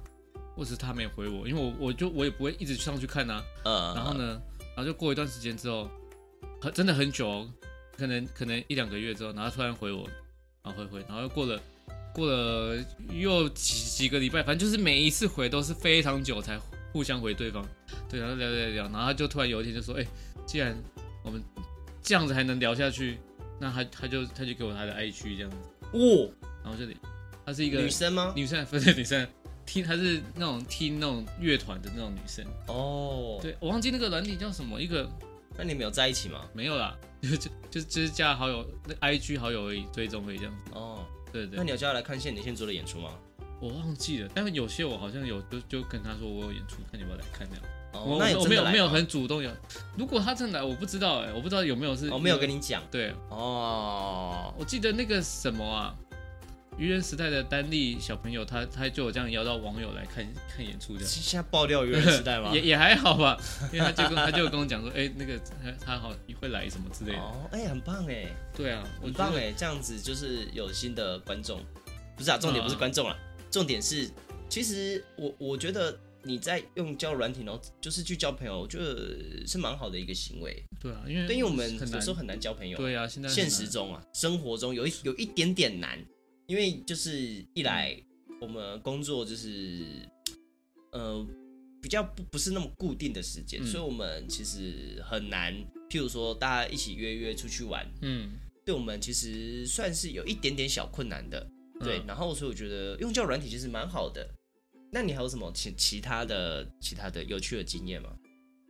[SPEAKER 1] 或是他没回我，因为我我就我也不会一直上去看啊。
[SPEAKER 2] 呃，
[SPEAKER 1] 然后呢，然后就过一段时间之后，很真的很久、哦，可能可能一两个月之后，然后他突然回我，然后回回，然后又过了过了又几几个礼拜，反正就是每一次回都是非常久才互相回对方，对，然后聊聊聊，然后他就突然有一天就说，哎、既然我们这样子还能聊下去，那他他就他就给我他的 IG 这样子，
[SPEAKER 2] 哦，
[SPEAKER 1] 然后就她是一个
[SPEAKER 2] 女生吗？
[SPEAKER 1] 女生，不是女生。听她是那种听那种乐团的那种女生，
[SPEAKER 2] 哦，，
[SPEAKER 1] 对我忘记那个软体叫什么，一个
[SPEAKER 2] 那你们有在一起吗？
[SPEAKER 1] 没有啦， 就就就就是加好友，那 IG 好友而已，追踪而已这样子。
[SPEAKER 2] 哦，
[SPEAKER 1] 对对
[SPEAKER 2] 那你有叫他来看现你现做的演出吗？
[SPEAKER 1] 我忘记了，但是有些我好像有就就跟他说我有演出，看你要不要来看这样。
[SPEAKER 2] 哦
[SPEAKER 1] 我，
[SPEAKER 2] 那有
[SPEAKER 1] 我
[SPEAKER 2] 真
[SPEAKER 1] 没
[SPEAKER 2] 的
[SPEAKER 1] 有
[SPEAKER 2] 来
[SPEAKER 1] 没有
[SPEAKER 2] 吗
[SPEAKER 1] 很主动有，如果他真的来，我不知道哎、我不知道有没有是
[SPEAKER 2] 哦，没有
[SPEAKER 1] 因为
[SPEAKER 2] 跟你讲
[SPEAKER 1] 对，
[SPEAKER 2] 哦，
[SPEAKER 1] 我记得那个什么啊，愚人时代的丹立小朋友，他他就有这样邀到网友来看看演出这样。
[SPEAKER 2] 现在爆料愚人时代吗
[SPEAKER 1] 也？也还好吧，因为他就跟他就跟我讲说，哎、那个他他好会来什么之类的。
[SPEAKER 2] 哦，哎，很棒哎，
[SPEAKER 1] 对啊，我
[SPEAKER 2] 很
[SPEAKER 1] 觉
[SPEAKER 2] 棒
[SPEAKER 1] 得
[SPEAKER 2] 哎，这样子就是有新的观众，不是啊，重点不是
[SPEAKER 1] 嗯
[SPEAKER 2] 观众啦，重点是，其实我我觉得你在用交友软体，然后就是去交朋友，我觉得是蛮好的一个行为，
[SPEAKER 1] 对啊，因为
[SPEAKER 2] 对，因为我们
[SPEAKER 1] 很
[SPEAKER 2] 有
[SPEAKER 1] 难
[SPEAKER 2] 时候很难交朋友，
[SPEAKER 1] 对啊，现在很
[SPEAKER 2] 现
[SPEAKER 1] 难
[SPEAKER 2] 实中啊，生活中有一有一点点难，因为就是一来我们工作就是呃比较不不是那么固定的时间，
[SPEAKER 1] 嗯
[SPEAKER 2] 所以我们其实很难，譬如说大家一起约约出去玩，
[SPEAKER 1] 嗯，
[SPEAKER 2] 对我们其实算是有一点点小困难的。对，
[SPEAKER 1] 嗯
[SPEAKER 2] 然后所以我觉得用教软体其实蛮好的。那你还有什么其其他的其他的有趣的经验吗？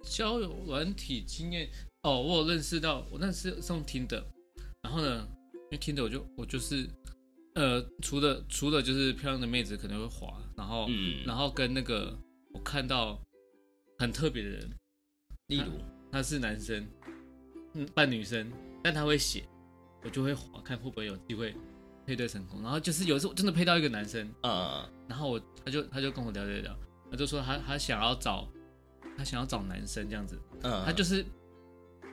[SPEAKER 1] 交友软体经验哦，我有认识到，我那是用听的，然后呢，因为听的我就我就是呃，除了除了就是漂亮的妹子可能会滑，然后、
[SPEAKER 2] 嗯，
[SPEAKER 1] 然后跟那个我看到很特别的人，
[SPEAKER 2] 例如
[SPEAKER 1] 他是男生，嗯，扮女生，但他会写，我就会滑看会不会有机会配对成功。然后就是有一次我真的配到一个男生，
[SPEAKER 2] 呃，
[SPEAKER 1] 然后我他就他就跟我聊聊聊，他就说他他想要找他想要找男生这样子，
[SPEAKER 2] 嗯，
[SPEAKER 1] 他就是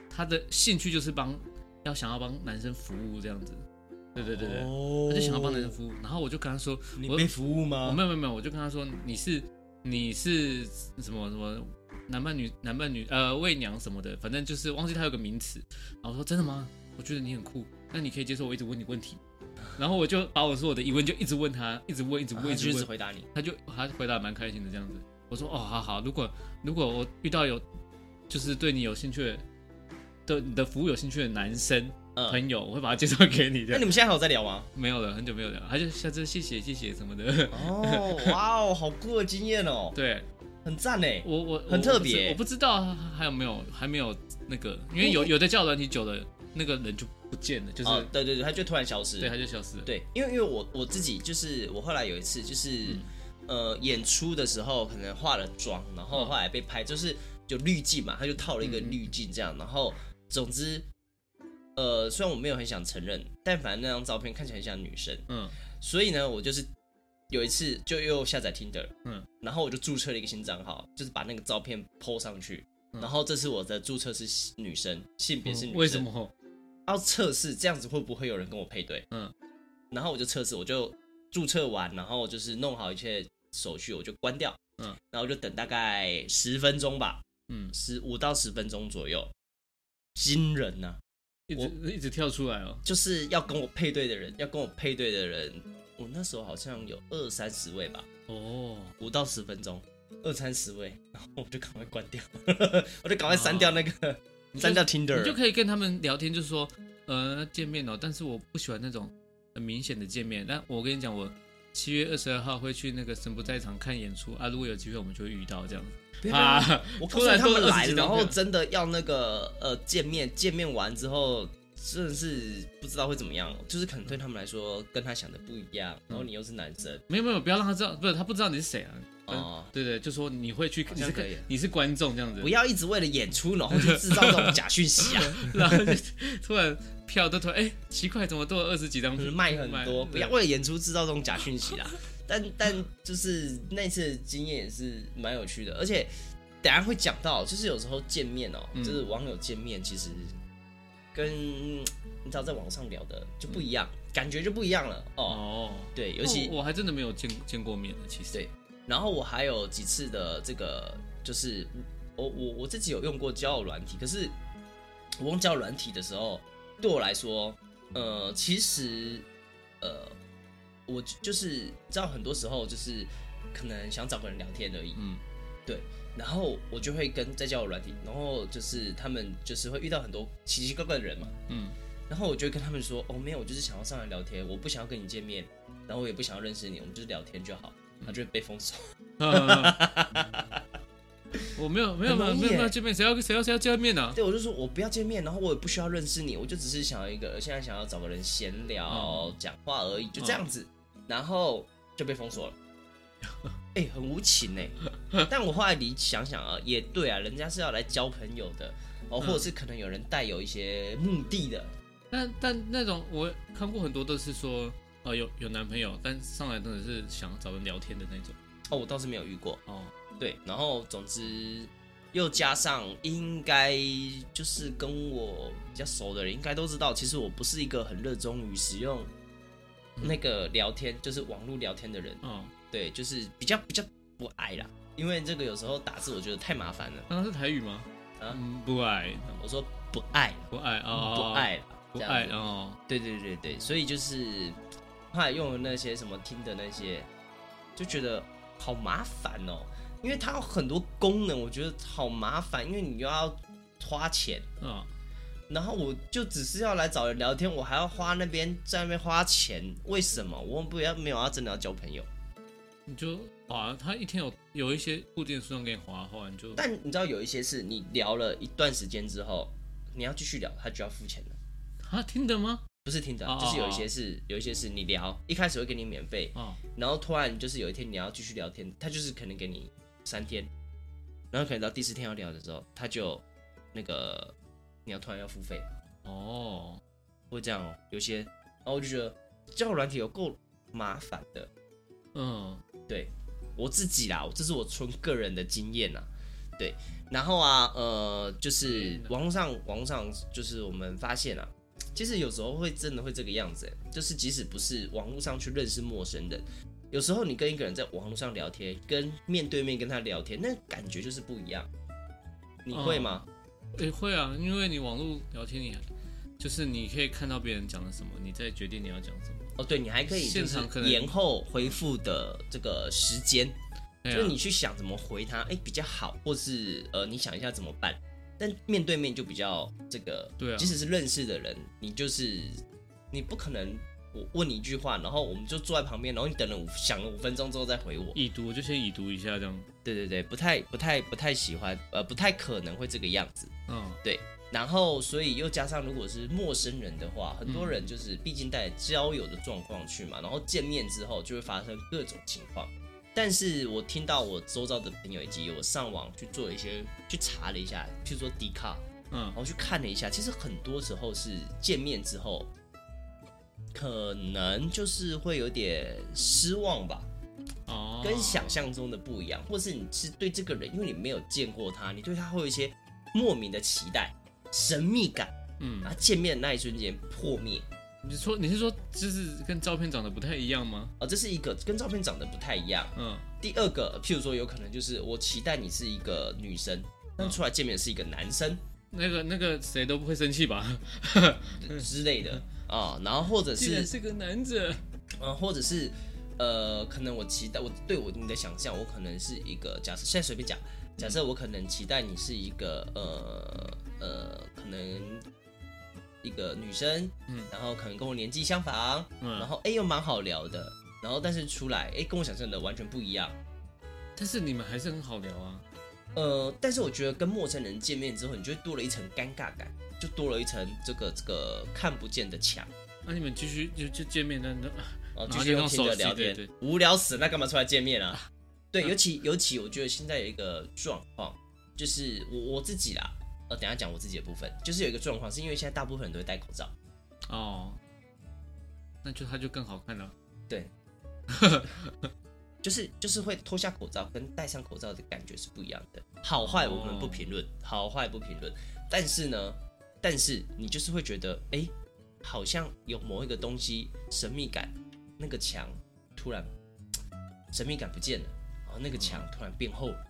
[SPEAKER 1] 他的兴趣就是帮要想要帮男生服务这样子，对对对对，
[SPEAKER 2] 哦嗯
[SPEAKER 1] 他就想要帮男生服务，然后我就跟他说，
[SPEAKER 2] 你
[SPEAKER 1] 我
[SPEAKER 2] 被服务吗？
[SPEAKER 1] 我没有没有没有，我就跟他说你是你是什么什么男扮女男扮女呃媚娘什么的，反正就是忘记他有个名词。然后我说真的吗？我觉得你很酷，那你可以接受我一直问你问题。然后我就把我所有的疑问就一直问他，一直问，一直
[SPEAKER 2] 啊
[SPEAKER 1] 问，
[SPEAKER 2] 他
[SPEAKER 1] 一
[SPEAKER 2] 就
[SPEAKER 1] 直
[SPEAKER 2] 一直
[SPEAKER 1] 问。
[SPEAKER 2] 回答你。
[SPEAKER 1] 他就他回答蛮开心的这样子。我说哦，好好，如果如果我遇到有就是对你有兴趣的的你的服务有兴趣的男生
[SPEAKER 2] 嗯
[SPEAKER 1] 朋友，我会把他介绍给你
[SPEAKER 2] 那
[SPEAKER 1] 的
[SPEAKER 2] 你。们现在还有在聊吗？
[SPEAKER 1] 没有了，很久没有聊，他就下次谢谢谢谢什么的。
[SPEAKER 2] 哦，哇哦，好酷的经验哦，
[SPEAKER 1] 对，
[SPEAKER 2] 很赞呢。
[SPEAKER 1] 我我
[SPEAKER 2] 很特别
[SPEAKER 1] 我不知我不知道还有没有还没有那个，因为有有的叫软体久了，那个人就不见了，就是、
[SPEAKER 2] 哦，对对对，他就突然消失。
[SPEAKER 1] 对他就消失了。
[SPEAKER 2] 对，因为因为我我自己就是我后来有一次就是、
[SPEAKER 1] 嗯
[SPEAKER 2] 呃演出的时候可能化了妆，
[SPEAKER 1] 嗯
[SPEAKER 2] 然后后来被拍就是就滤镜嘛，他就套了一个滤镜这样，然后总之呃虽然我没有很想承认，但反正那张照片看起来很像女生，
[SPEAKER 1] 嗯
[SPEAKER 2] 所以呢我就是有一次就又下载 Tinder，
[SPEAKER 1] 嗯
[SPEAKER 2] 然后我就注册了一个新账号，就是把那个照片 PO 上去。
[SPEAKER 1] 嗯
[SPEAKER 2] 然后这次我的注册是女生，性别是女生。
[SPEAKER 1] 为什？么？
[SPEAKER 2] 要测试这样子会不会有人跟我配对？
[SPEAKER 1] 嗯
[SPEAKER 2] 然后我就测试，我就注册完，然后就是弄好一切手续，我就关掉。
[SPEAKER 1] 嗯
[SPEAKER 2] 然后就等大概十分钟吧，
[SPEAKER 1] 嗯，
[SPEAKER 2] 十五到十分钟左右。惊人呐、
[SPEAKER 1] 一直一直跳出来哦。
[SPEAKER 2] 就是要跟我配对的人，要跟我配对的人，我那时候好像有二三十位吧。
[SPEAKER 1] 哦，
[SPEAKER 2] 五到十分钟，二三十位，然后我就赶快关掉， 我就赶快删掉那个，
[SPEAKER 1] 哦你就
[SPEAKER 2] 删掉 Tinder，
[SPEAKER 1] 你就可以跟他们聊天，就是说，呃，见面哦，但是我不喜欢那种很明显的见面。但我跟你讲，我七月二十二号会去那个神不在场看演出啊，如果有机会我们就会遇到这样子
[SPEAKER 2] 别别别
[SPEAKER 1] 啊。
[SPEAKER 2] 我
[SPEAKER 1] 突
[SPEAKER 2] 告诉你
[SPEAKER 1] 然
[SPEAKER 2] 他
[SPEAKER 1] 多
[SPEAKER 2] 们
[SPEAKER 1] 了
[SPEAKER 2] 来，
[SPEAKER 1] 20几张
[SPEAKER 2] 然后
[SPEAKER 1] 票
[SPEAKER 2] 真的要那个呃见面，见面完之后真的是不知道会怎么样，哦就是可能对他们来说跟他想的不一样，然后你又是男生，
[SPEAKER 1] 没有没有，不要让他知道，不是他不知道你是谁啊。
[SPEAKER 2] 哦
[SPEAKER 1] 对对，就说你会去，
[SPEAKER 2] 好
[SPEAKER 1] 你
[SPEAKER 2] 像
[SPEAKER 1] 是
[SPEAKER 2] 可以
[SPEAKER 1] 你是观众这样子
[SPEAKER 2] 不，要一直为了演出然后去制造这种假讯息啊，
[SPEAKER 1] 然后 就突然票都突然哎、奇怪，怎么多了二十几张
[SPEAKER 2] 可
[SPEAKER 1] 票
[SPEAKER 2] 能 卖很多，
[SPEAKER 1] 对
[SPEAKER 2] 不要为了演出制造这种假讯息啦。但但就是那次的经验也是蛮有趣的，而且等一下会讲到，就是有时候见面哦、
[SPEAKER 1] 嗯
[SPEAKER 2] 就是网友见面其实跟你知道在网上聊的就不一样，感觉就不一样了嗯哦。
[SPEAKER 1] 哦，
[SPEAKER 2] 对，尤其
[SPEAKER 1] 我我还真的没有见见过 面的，其实
[SPEAKER 2] 对然后我还有几次的这个，就是我我我自己有用过交友软体，可是我用交友软体的时候，对我来说，呃，其实呃，我就就是知道很多时候就是可能想找个人聊天而已，
[SPEAKER 1] 嗯，
[SPEAKER 2] 然后我就会跟在交友软体，然后就是他们就是会遇到很多奇奇怪怪的人嘛，
[SPEAKER 1] 嗯，
[SPEAKER 2] 然后我就会跟他们说，哦，没有，我就是想要上来聊天，我不想要跟你见面，然后我也不想要认识你，我们就是聊天就好，
[SPEAKER 1] 嗯
[SPEAKER 2] 他就会被封锁。
[SPEAKER 1] 哦我没有没有没
[SPEAKER 2] 很
[SPEAKER 1] 有
[SPEAKER 2] 容易
[SPEAKER 1] 没有没有
[SPEAKER 2] 耶
[SPEAKER 1] 见面，谁要谁要谁要见面啊呢？
[SPEAKER 2] 对，我就说我不要见面，然后我也不需要认识你，我就只是想要一个，现在想要找个人闲聊、讲话而已，就这样子，然后就被封锁了。哎、很无情哎、但我后来理想想啊，也对啊，人家是要来交朋友的哦，或者是可能有人带有一些目的的，
[SPEAKER 1] 但但那种我看过很多都是说，呃，有有男朋友，但上来真的是想找人聊天的那种。
[SPEAKER 2] 哦，我倒是没有遇过。
[SPEAKER 1] 哦，
[SPEAKER 2] 对，然后总之又加上应该就是跟我比较熟的人应该都知道，其实我不是一个很热衷于使用
[SPEAKER 1] 嗯
[SPEAKER 2] 那个聊天，就是网络聊天的人。
[SPEAKER 1] 哦，
[SPEAKER 2] 对，就是比较比较不爱啦，因为这个有时候打字我觉得太麻烦了。
[SPEAKER 1] 那他是台语吗？
[SPEAKER 2] 啊
[SPEAKER 1] 嗯，不爱，
[SPEAKER 2] 我说不爱，
[SPEAKER 1] 不爱哦，
[SPEAKER 2] 不，爱啦，
[SPEAKER 1] 不
[SPEAKER 2] 这样
[SPEAKER 1] 爱
[SPEAKER 2] 子
[SPEAKER 1] 哦。
[SPEAKER 2] 对对对对，所以就是后来用了那些什么听的那些，就觉得好麻烦哦，因为它有很多功能，我觉得好麻烦，因为你又要花钱，
[SPEAKER 1] 嗯，
[SPEAKER 2] 然后我就只是要来找人聊天，我还要花那边在那边花钱，为什么？我不要没有要真的要交朋友，
[SPEAKER 1] 你就哇，他一天有有一些固定的数量给你划，后来你就
[SPEAKER 2] 但你知道有一些是你聊了一段时间之后，你要继续聊，他就要付钱了。
[SPEAKER 1] 啊，听得吗？
[SPEAKER 2] 不是听的
[SPEAKER 1] 哦，
[SPEAKER 2] 就是有
[SPEAKER 1] 哦
[SPEAKER 2] 一
[SPEAKER 1] 哦
[SPEAKER 2] 些是有一些是你聊，一开始会给你免费，
[SPEAKER 1] 哦，
[SPEAKER 2] 然后突然就是有一天你要继续聊天，他就是可能给你三天，然后可能到第四天要聊的时候，他就那个你要突然要付费，
[SPEAKER 1] 哦，
[SPEAKER 2] 会这样哦。有些，然后我就觉得交友软体有够麻烦的，
[SPEAKER 1] 嗯，
[SPEAKER 2] 我自己啦，这是我纯个人的经验啦。对，然后啊，呃，就是
[SPEAKER 1] 嗯
[SPEAKER 2] 网络上网络上就是我们发现啊，其实有时候会真的会这个样子欸，就是即使不是网络上去认识陌生人，有时候你跟一个人在网络上聊天，跟面对面跟他聊天，那感觉就是不一样。你会
[SPEAKER 1] 嗯
[SPEAKER 2] 吗？
[SPEAKER 1] 也、会啊，因为你网络聊天你还，就是你可以看到别人讲了什么，你再决定你要讲什么。
[SPEAKER 2] 哦，对，你还可以就
[SPEAKER 1] 现
[SPEAKER 2] 是
[SPEAKER 1] 场可能
[SPEAKER 2] 延后回复的这个时间，
[SPEAKER 1] 对
[SPEAKER 2] 就是
[SPEAKER 1] 啊
[SPEAKER 2] 你去想怎么回他，哎、比较好，或是呃，你想一下怎么办。但面对面就比较这个，
[SPEAKER 1] 对啊
[SPEAKER 2] 即使是认识的人，你就是你不可能，我问你一句话，然后我们就坐在旁边，然后你等了五想了五分钟之后再回我。
[SPEAKER 1] 已读我就先已读一下这样。
[SPEAKER 2] 对对对，不太不太不太喜欢，呃，不太可能会这个样子。
[SPEAKER 1] 嗯，
[SPEAKER 2] 然后，所以又加上，如果是陌生人的话，很多人就是毕竟带着交友的状况去嘛，然后见面之后就会发生各种情况。但是我听到我周遭的朋友以及我上网去做了一些去查了一下，譬如说 d 卡，
[SPEAKER 1] 嗯
[SPEAKER 2] 然，后去看了一下，其实很多时候是见面之后，可能就是会有点失望吧，
[SPEAKER 1] 哦，
[SPEAKER 2] 跟想象中的不一样，或是你是对这个人，因为你没有见过他，你对他会有一些莫名的期待、神秘感。
[SPEAKER 1] 嗯
[SPEAKER 2] 啊，，见面的那一瞬间破灭
[SPEAKER 1] 你说你是说就是跟照片长得不太一样吗？
[SPEAKER 2] 啊，这是一个跟照片长得不太一样。
[SPEAKER 1] 嗯，
[SPEAKER 2] 第二个，譬如说，有可能就是我期待你是一个女生，但出来见面是一个男生
[SPEAKER 1] 那个那个谁都不会生气 吧？
[SPEAKER 2] 之类的啊，然后或者
[SPEAKER 1] 竟然
[SPEAKER 2] 是
[SPEAKER 1] 是个男者。
[SPEAKER 2] 嗯、或者是呃，可能我期待我对我你的想象，我可能是一个假设，现在随便讲，假设我可能期待你是一个呃呃，可能一个女生，
[SPEAKER 1] 嗯
[SPEAKER 2] 然后可能跟我年纪相仿，然
[SPEAKER 1] 嗯，
[SPEAKER 2] 后哎又蛮好聊的，然后但是出来哎跟我想象的完全不一样。
[SPEAKER 1] 但是你们还是很好聊啊。
[SPEAKER 2] 呃，但是我觉得跟陌生人见面之后，你就会多了一层尴尬感，就多了一层这个这个看不见的墙。
[SPEAKER 1] 那、你们继续就就见面，那那
[SPEAKER 2] 哦，
[SPEAKER 1] 然后
[SPEAKER 2] 继续
[SPEAKER 1] 就
[SPEAKER 2] 用
[SPEAKER 1] 用
[SPEAKER 2] 听的
[SPEAKER 1] 手机
[SPEAKER 2] 聊天，
[SPEAKER 1] 对对
[SPEAKER 2] 无聊死了，那干嘛出来见面啊？对，尤其尤其，我觉得现在有一个状况，就是我我自己啦，呃，等一下讲我自己的部分，就是有一个状况，是因为现在大部分人都会戴口罩，
[SPEAKER 1] 哦，那就他就更好看了。
[SPEAKER 2] 就是就是会脱下口罩跟戴上口罩的感觉是不一样的，好坏我们不评论，好坏不评论。但是呢，但是你就是会觉得，哎、好像有某一个东西神秘感，那个墙突然神秘感不见了，然后那个墙突然变厚了，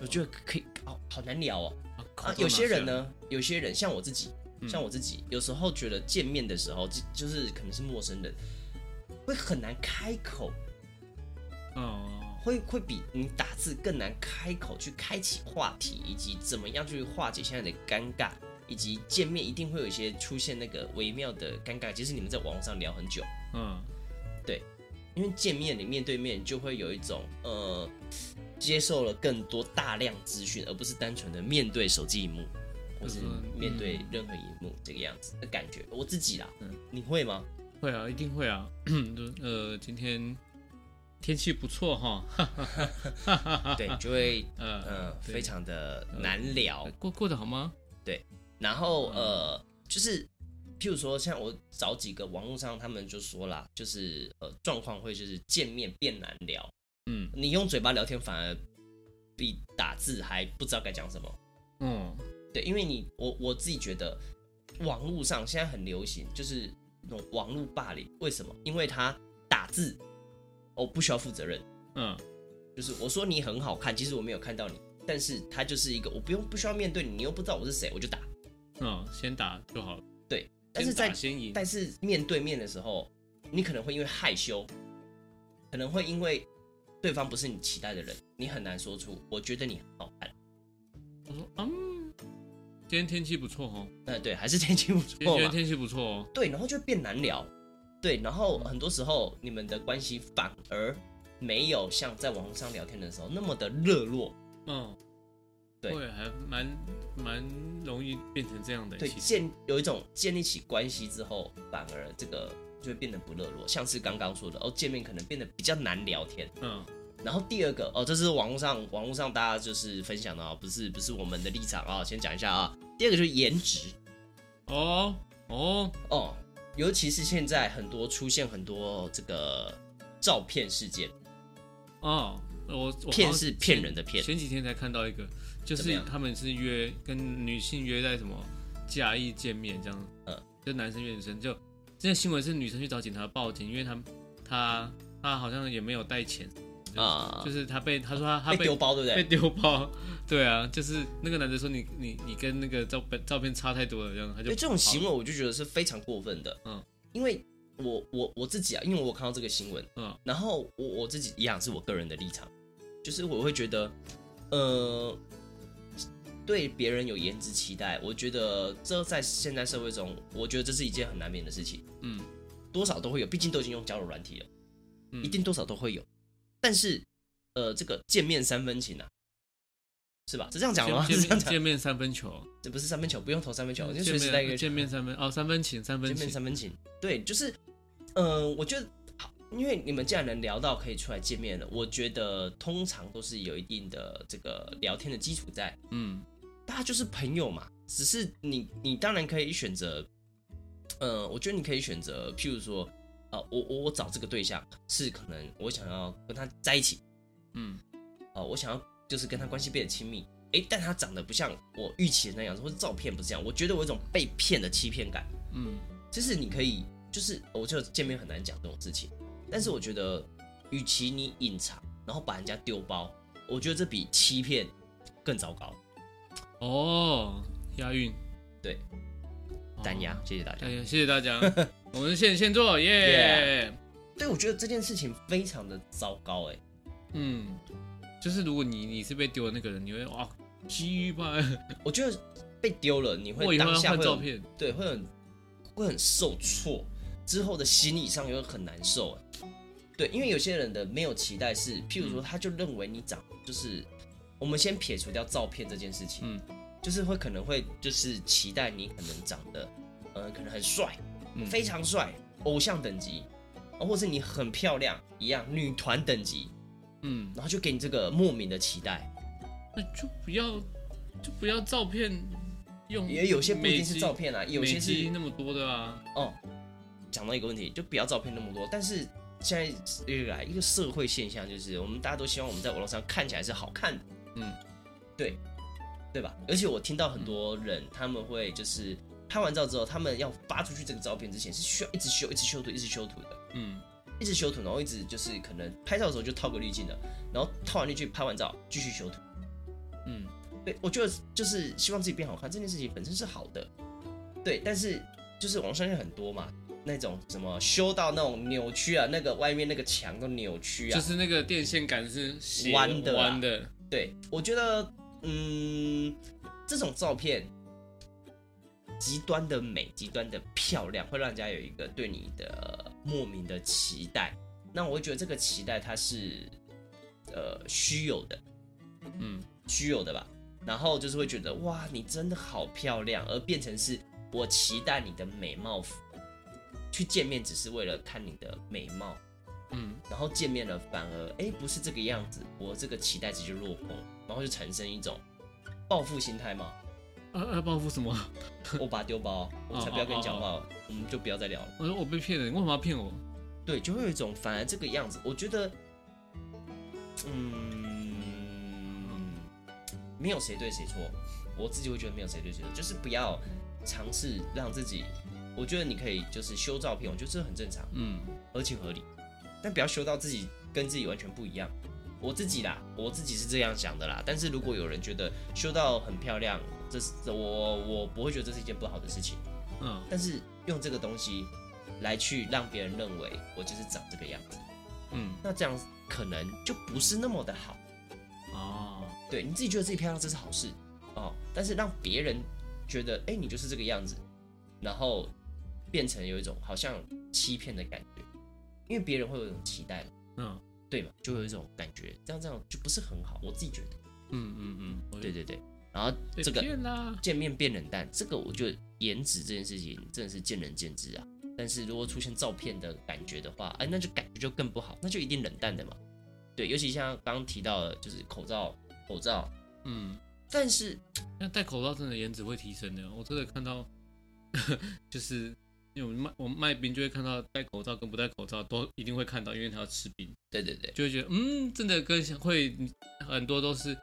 [SPEAKER 2] 我觉得可以，哦，好难聊哦。
[SPEAKER 1] 啊
[SPEAKER 2] 啊，嗯有些人，呢，有些人像我自己，像我自己，有时候觉得见面的时候，就就是可能是陌生人，会很难开口，
[SPEAKER 1] 嗯，
[SPEAKER 2] 会会比你打字更难开口去开启话题，以及怎么样去化解现在的尴尬，以及见面一定会有一些出现那个微妙的尴尬。即使你们在网络上聊很久，
[SPEAKER 1] 嗯，
[SPEAKER 2] 因为见面你面对面就会有一种呃，接受了更多大量资讯，而不是单纯的面对手机荧幕，或是
[SPEAKER 1] 就是
[SPEAKER 2] 面对
[SPEAKER 1] 嗯
[SPEAKER 2] 任何荧幕这个样子的感觉。我自己啦，嗯，你会吗？
[SPEAKER 1] 会啊，一定会啊。 就呃，今天天气不错哈，
[SPEAKER 2] 对，就会
[SPEAKER 1] 呃
[SPEAKER 2] 呃
[SPEAKER 1] 对
[SPEAKER 2] 非常的难聊。
[SPEAKER 1] 过过得好吗？
[SPEAKER 2] 然后呃，就是譬如说，像我找几个网络上他们就说啦，就是呃状况会就是见面变难聊，
[SPEAKER 1] 嗯
[SPEAKER 2] 你用嘴巴聊天反而比打字还不知道该讲什么。
[SPEAKER 1] 嗯
[SPEAKER 2] 对，因为你我我自己觉得，网络上现在很流行就是那种网络霸凌，为什么？因为他打字哦不需要负责任，
[SPEAKER 1] 嗯
[SPEAKER 2] 就是我说你很好看，其实我没有看到你，但是他就是一个我不用不需要面对你，你又不知道我是谁，我就打。
[SPEAKER 1] 嗯，先打就好了。
[SPEAKER 2] 对，但是在
[SPEAKER 1] 先打先赢，
[SPEAKER 2] 但是面对面的时候，你可能会因为害羞，可能会因为对方不是你期待的人，你很难说出我觉得你很好看。
[SPEAKER 1] 我说嗯，今天天气不错哦，
[SPEAKER 2] 那对，还是 天气不
[SPEAKER 1] 今天
[SPEAKER 2] 错
[SPEAKER 1] 今天
[SPEAKER 2] 嘛。
[SPEAKER 1] 天气不错哦。
[SPEAKER 2] 对，然后就变难聊。对，然后
[SPEAKER 1] 嗯
[SPEAKER 2] 很多时候你们的关系反而没有像在网络上聊天的时候那么的热络。
[SPEAKER 1] 嗯，
[SPEAKER 2] 对
[SPEAKER 1] 会还蛮蛮容易变成这样的。
[SPEAKER 2] 对，
[SPEAKER 1] 其实，
[SPEAKER 2] 建有一种建立起关系之后，反而这个就会变得不热络。像是刚刚说的，哦，见面可能变得比较难聊天。
[SPEAKER 1] 嗯
[SPEAKER 2] 然后第二个哦，这是网络上网络上大家就是分享的啊、不是不是我们的立场啊、先讲一下啊。第二个就是颜值
[SPEAKER 1] 哦哦，
[SPEAKER 2] 哦，尤其是现在很多出现很多这个照片事件，
[SPEAKER 1] 哦，我我
[SPEAKER 2] 骗
[SPEAKER 1] 好像
[SPEAKER 2] 是
[SPEAKER 1] 前
[SPEAKER 2] 骗人的骗
[SPEAKER 1] 前几天才看到一个，就
[SPEAKER 2] 怎么
[SPEAKER 1] 是
[SPEAKER 2] 样
[SPEAKER 1] 他们是约跟女性约在什么假意见面这样，
[SPEAKER 2] 嗯，
[SPEAKER 1] 就男生约女生，就这个新闻是女生去找警察报警，因为他他他好像也没有带钱
[SPEAKER 2] 啊
[SPEAKER 1] 就是他被他说他他
[SPEAKER 2] 被丢包对不
[SPEAKER 1] 被
[SPEAKER 2] 对？
[SPEAKER 1] 丢包，对啊，就是那个男的说你你你跟那个照片照片差太多了，这样他就
[SPEAKER 2] 对这种行
[SPEAKER 1] 跑
[SPEAKER 2] 为，我就觉得是非常过分的。
[SPEAKER 1] 嗯，
[SPEAKER 2] 因为我我我自己啊，因为我有看到这个新闻，
[SPEAKER 1] 嗯，
[SPEAKER 2] 然后我我自己一样是我个人的立场，就是我会觉得，呃，对别人有颜值期待，我觉得这在现代社会中，我觉得这是一件很难免的事情，
[SPEAKER 1] 嗯
[SPEAKER 2] 多少都会有，毕竟都已经用交友软体了，
[SPEAKER 1] 嗯
[SPEAKER 2] 一定多少都会有。但是，呃，这个见面三分情啊，是吧？是这样讲的吗？
[SPEAKER 1] 见
[SPEAKER 2] 是
[SPEAKER 1] 见
[SPEAKER 2] 这样
[SPEAKER 1] 面
[SPEAKER 2] 讲，
[SPEAKER 1] 见面三分球，
[SPEAKER 2] 这不是三分球，不用投三分球，就随
[SPEAKER 1] 见
[SPEAKER 2] 时带一个
[SPEAKER 1] 面见面三分哦三分情三分
[SPEAKER 2] 见面
[SPEAKER 1] 情，
[SPEAKER 2] 三分情，对，就是，呃，我觉得好，因为你们既然能聊到可以出来见面了，我觉得通常都是有一定的这个聊天的基础在，
[SPEAKER 1] 嗯。
[SPEAKER 2] 大家就是朋友嘛，只是你你当然可以选择，呃，我觉得你可以选择，譬如说，啊、我我我找这个对象是可能我想要跟他在一起，
[SPEAKER 1] 嗯
[SPEAKER 2] 啊、我想要就是跟他关系变得亲密，诶，但他长得不像我预期的那样子，或者照片不是这样，我觉得我有一种被骗的欺骗感。
[SPEAKER 1] 嗯
[SPEAKER 2] 就是你可以，就是我就见面很难讲这种事情，但是我觉得，与其你隐藏，然后把人家丢包，我觉得这比欺骗更糟糕。，
[SPEAKER 1] 哦，押韵，
[SPEAKER 2] 对，
[SPEAKER 1] 哦
[SPEAKER 2] 单压，，谢谢大家
[SPEAKER 1] 哎。呀，谢谢大 家，我们现现做耶
[SPEAKER 2] Yeah 对，我觉得这件事情非常的糟糕、哎，
[SPEAKER 1] 嗯，就是如果你你是被丢的那个人，你会哇，鸡巴，
[SPEAKER 2] 我觉得被丢了，你
[SPEAKER 1] 我
[SPEAKER 2] 会
[SPEAKER 1] 以后
[SPEAKER 2] 当
[SPEAKER 1] 要
[SPEAKER 2] 下
[SPEAKER 1] 换
[SPEAKER 2] 会
[SPEAKER 1] 照
[SPEAKER 2] 很
[SPEAKER 1] 片，
[SPEAKER 2] 对，会很会很受挫，之后的心理上也会很难受、哎，对，因为有些人的没有期待是，譬如
[SPEAKER 1] 嗯
[SPEAKER 2] 说，他就认为你长就是，我们先撇除掉照片这件事情，
[SPEAKER 1] 嗯
[SPEAKER 2] 就是会可能会就是期待你可能长得，呃，可能很帅，
[SPEAKER 1] 嗯
[SPEAKER 2] 非常帅，偶像等级，啊或是你很漂亮一样，女团等级，
[SPEAKER 1] 嗯，
[SPEAKER 2] 然后就给你这个莫名的期待。
[SPEAKER 1] 那就不要就不要照片用，
[SPEAKER 2] 也有些不一定是照，片啊，有些是
[SPEAKER 1] 那么多的啊，
[SPEAKER 2] 哦。讲到一个问题，就不要照片那么多，但是现在一个一个社会现象就是，我们大家都希望我们在网络上看起来是好看的，
[SPEAKER 1] 嗯，
[SPEAKER 2] 对，对吧？而且我听到很多人他们会就是拍完照之后，他们要发出去这个照片之前是需要一直修、一直修图、一直修图的，
[SPEAKER 1] 嗯
[SPEAKER 2] 一直修图，然后一直就是可能拍照的时候就套个滤镜的，然后套完滤镜拍完照继续修图。
[SPEAKER 1] 嗯
[SPEAKER 2] 对，我觉得就是希望自己变好看这件事情本身是好的，对，但是就是网上现在很多嘛，那种什么修到那种扭曲啊，那个外面那个墙都扭曲啊，
[SPEAKER 1] 就是那个电线杆是斜
[SPEAKER 2] 弯的啊
[SPEAKER 1] 弯的，
[SPEAKER 2] 对，我觉得，嗯，这种照片极端的美，极端的漂亮，会让人家有一个对你的莫名的期待。那我会觉得这个期待它是呃虚有的，
[SPEAKER 1] 嗯，
[SPEAKER 2] 虚有的吧。然后就是会觉得哇，你真的好漂亮，而变成是我期待你的美貌服，去见面只是为了看你的美貌，
[SPEAKER 1] 嗯，
[SPEAKER 2] 然后见面了反而哎不是这个样子，我这个期待值就落空，然后就产生一种报复心态嘛，
[SPEAKER 1] 呃呃，报复什么？
[SPEAKER 2] 我把它丢包，我才不要跟你讲话，我们就不要再聊了。
[SPEAKER 1] 我说我被骗了，你为什么要骗我？
[SPEAKER 2] 对，就会有一种反而这个样子，我觉得，嗯，没有谁对谁错，我自己会觉得没有谁对谁错，就是不要尝试让自己，我觉得你可以就是修照片，我觉得这很正常。
[SPEAKER 1] 嗯，
[SPEAKER 2] 合情合理，但不要修到自己跟自己完全不一样。我自己啦，我自己是这样想的啦。但是如果有人觉得修到很漂亮，这是这我我不会觉得这是一件不好的事情。
[SPEAKER 1] 嗯，
[SPEAKER 2] 但是用这个东西来去让别人认为我就是长这个样子，
[SPEAKER 1] 嗯，
[SPEAKER 2] 那这样可能就不是那么的好。
[SPEAKER 1] 哦，
[SPEAKER 2] 对，你自己觉得自己漂亮，这是好事哦。但是让别人觉得，哎、你就是这个样子，然后变成有一种好像欺骗的感觉，因为别人会有一种期待嘛，
[SPEAKER 1] 嗯，
[SPEAKER 2] 对嘛，就会有一种感觉，这样这样就不是很好，我自己觉得。
[SPEAKER 1] 嗯嗯嗯，我
[SPEAKER 2] 对对对，然后
[SPEAKER 1] 被
[SPEAKER 2] 这个
[SPEAKER 1] 骗啦，
[SPEAKER 2] 见面变冷淡，这个我觉得颜值这件事情真的是见仁见智啊。但是如果出现照片的感觉的话，哎、那就感觉就更不好，那就一定冷淡的嘛。对，尤其像刚刚提到的，就是口罩，口罩，
[SPEAKER 1] 嗯，
[SPEAKER 2] 但是
[SPEAKER 1] 那戴口罩真的颜值会提升的，我真的看到， 就是因为我们卖我们卖冰就会看到戴口罩跟不戴口罩都一定会看到，因为他要吃冰，
[SPEAKER 2] 对对对，
[SPEAKER 1] 就会觉得嗯，真的跟想会很多都是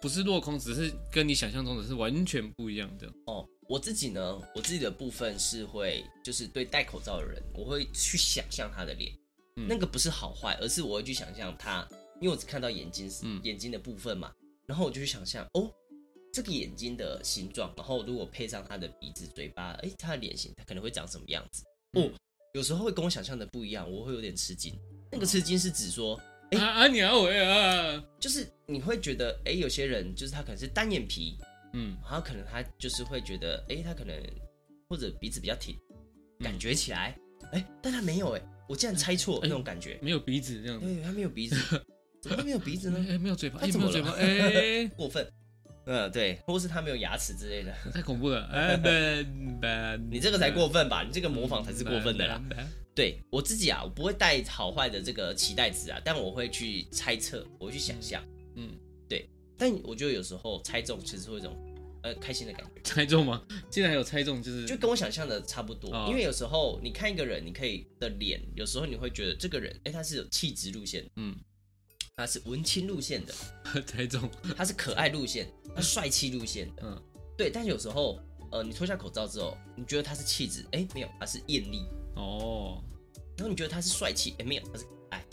[SPEAKER 1] 不是落空，只是跟你想象中的是完全不一样的。
[SPEAKER 2] 哦，我自己呢，我自己的部分是会，就是对戴口罩的人，我会去想象他的脸，
[SPEAKER 1] 嗯
[SPEAKER 2] 那个不是好坏，而是我会去想象他，因为我只看到眼睛，
[SPEAKER 1] 嗯
[SPEAKER 2] 眼睛的部分嘛，然后我就去想象，哦，这个眼睛的形状，然后如果配上他的鼻子、嘴巴，哎，他的脸型，他可能会长什么样子？哦
[SPEAKER 1] 嗯，
[SPEAKER 2] 有时候会跟我想象的不一样，我会有点吃惊。
[SPEAKER 1] 哦
[SPEAKER 2] 那个吃惊是指说，哎
[SPEAKER 1] 啊啊，你啊我啊，
[SPEAKER 2] 就是你会觉得，哎，有些人就是他可能是单眼皮，
[SPEAKER 1] 嗯
[SPEAKER 2] 然后可能他就是会觉得，哎、他可能或者鼻子比较挺，
[SPEAKER 1] 嗯
[SPEAKER 2] 感觉起来，哎、但他没有、哎，我竟然猜错
[SPEAKER 1] 哎
[SPEAKER 2] 那种感觉，
[SPEAKER 1] 没有鼻子这样子，
[SPEAKER 2] 对，他没有鼻子，怎么会没有鼻子
[SPEAKER 1] 哎、
[SPEAKER 2] 呢？
[SPEAKER 1] 没有嘴巴，
[SPEAKER 2] 他
[SPEAKER 1] 哎、
[SPEAKER 2] 怎
[SPEAKER 1] 没
[SPEAKER 2] 么
[SPEAKER 1] 有
[SPEAKER 2] 了
[SPEAKER 1] 嘴巴，哎、
[SPEAKER 2] 过分，嗯，对，或是他没有牙齿之类的，
[SPEAKER 1] 太恐怖了，哎、
[SPEAKER 2] 你
[SPEAKER 1] 你
[SPEAKER 2] 这个才过分吧？你这个模仿才是过分的
[SPEAKER 1] 嗯
[SPEAKER 2] 啦。。对我自己啊，我不会带好坏的这个期待值啊，但我会去猜测，我会去想象，
[SPEAKER 1] 嗯，
[SPEAKER 2] 但我觉得有时候猜中其实会有一种，呃，开心的感觉。
[SPEAKER 1] 猜中吗？竟然有猜中，就
[SPEAKER 2] 就是跟我想象的差不多
[SPEAKER 1] 哦。
[SPEAKER 2] 因为有时候你看一个人，你可以的脸，有时候你会觉得这个人，哎、他是有气质路线的，
[SPEAKER 1] 嗯，
[SPEAKER 2] 他是文青路线的，
[SPEAKER 1] 猜中，
[SPEAKER 2] 他是可爱路线，他是帅气路线的，
[SPEAKER 1] 嗯，
[SPEAKER 2] 对。但有时候，呃，你脱下口罩之后，你觉得他是气质，哎、没有，他是艳丽。
[SPEAKER 1] 哦，
[SPEAKER 2] 然后你觉得他是帅气，哎、没有，他是可爱。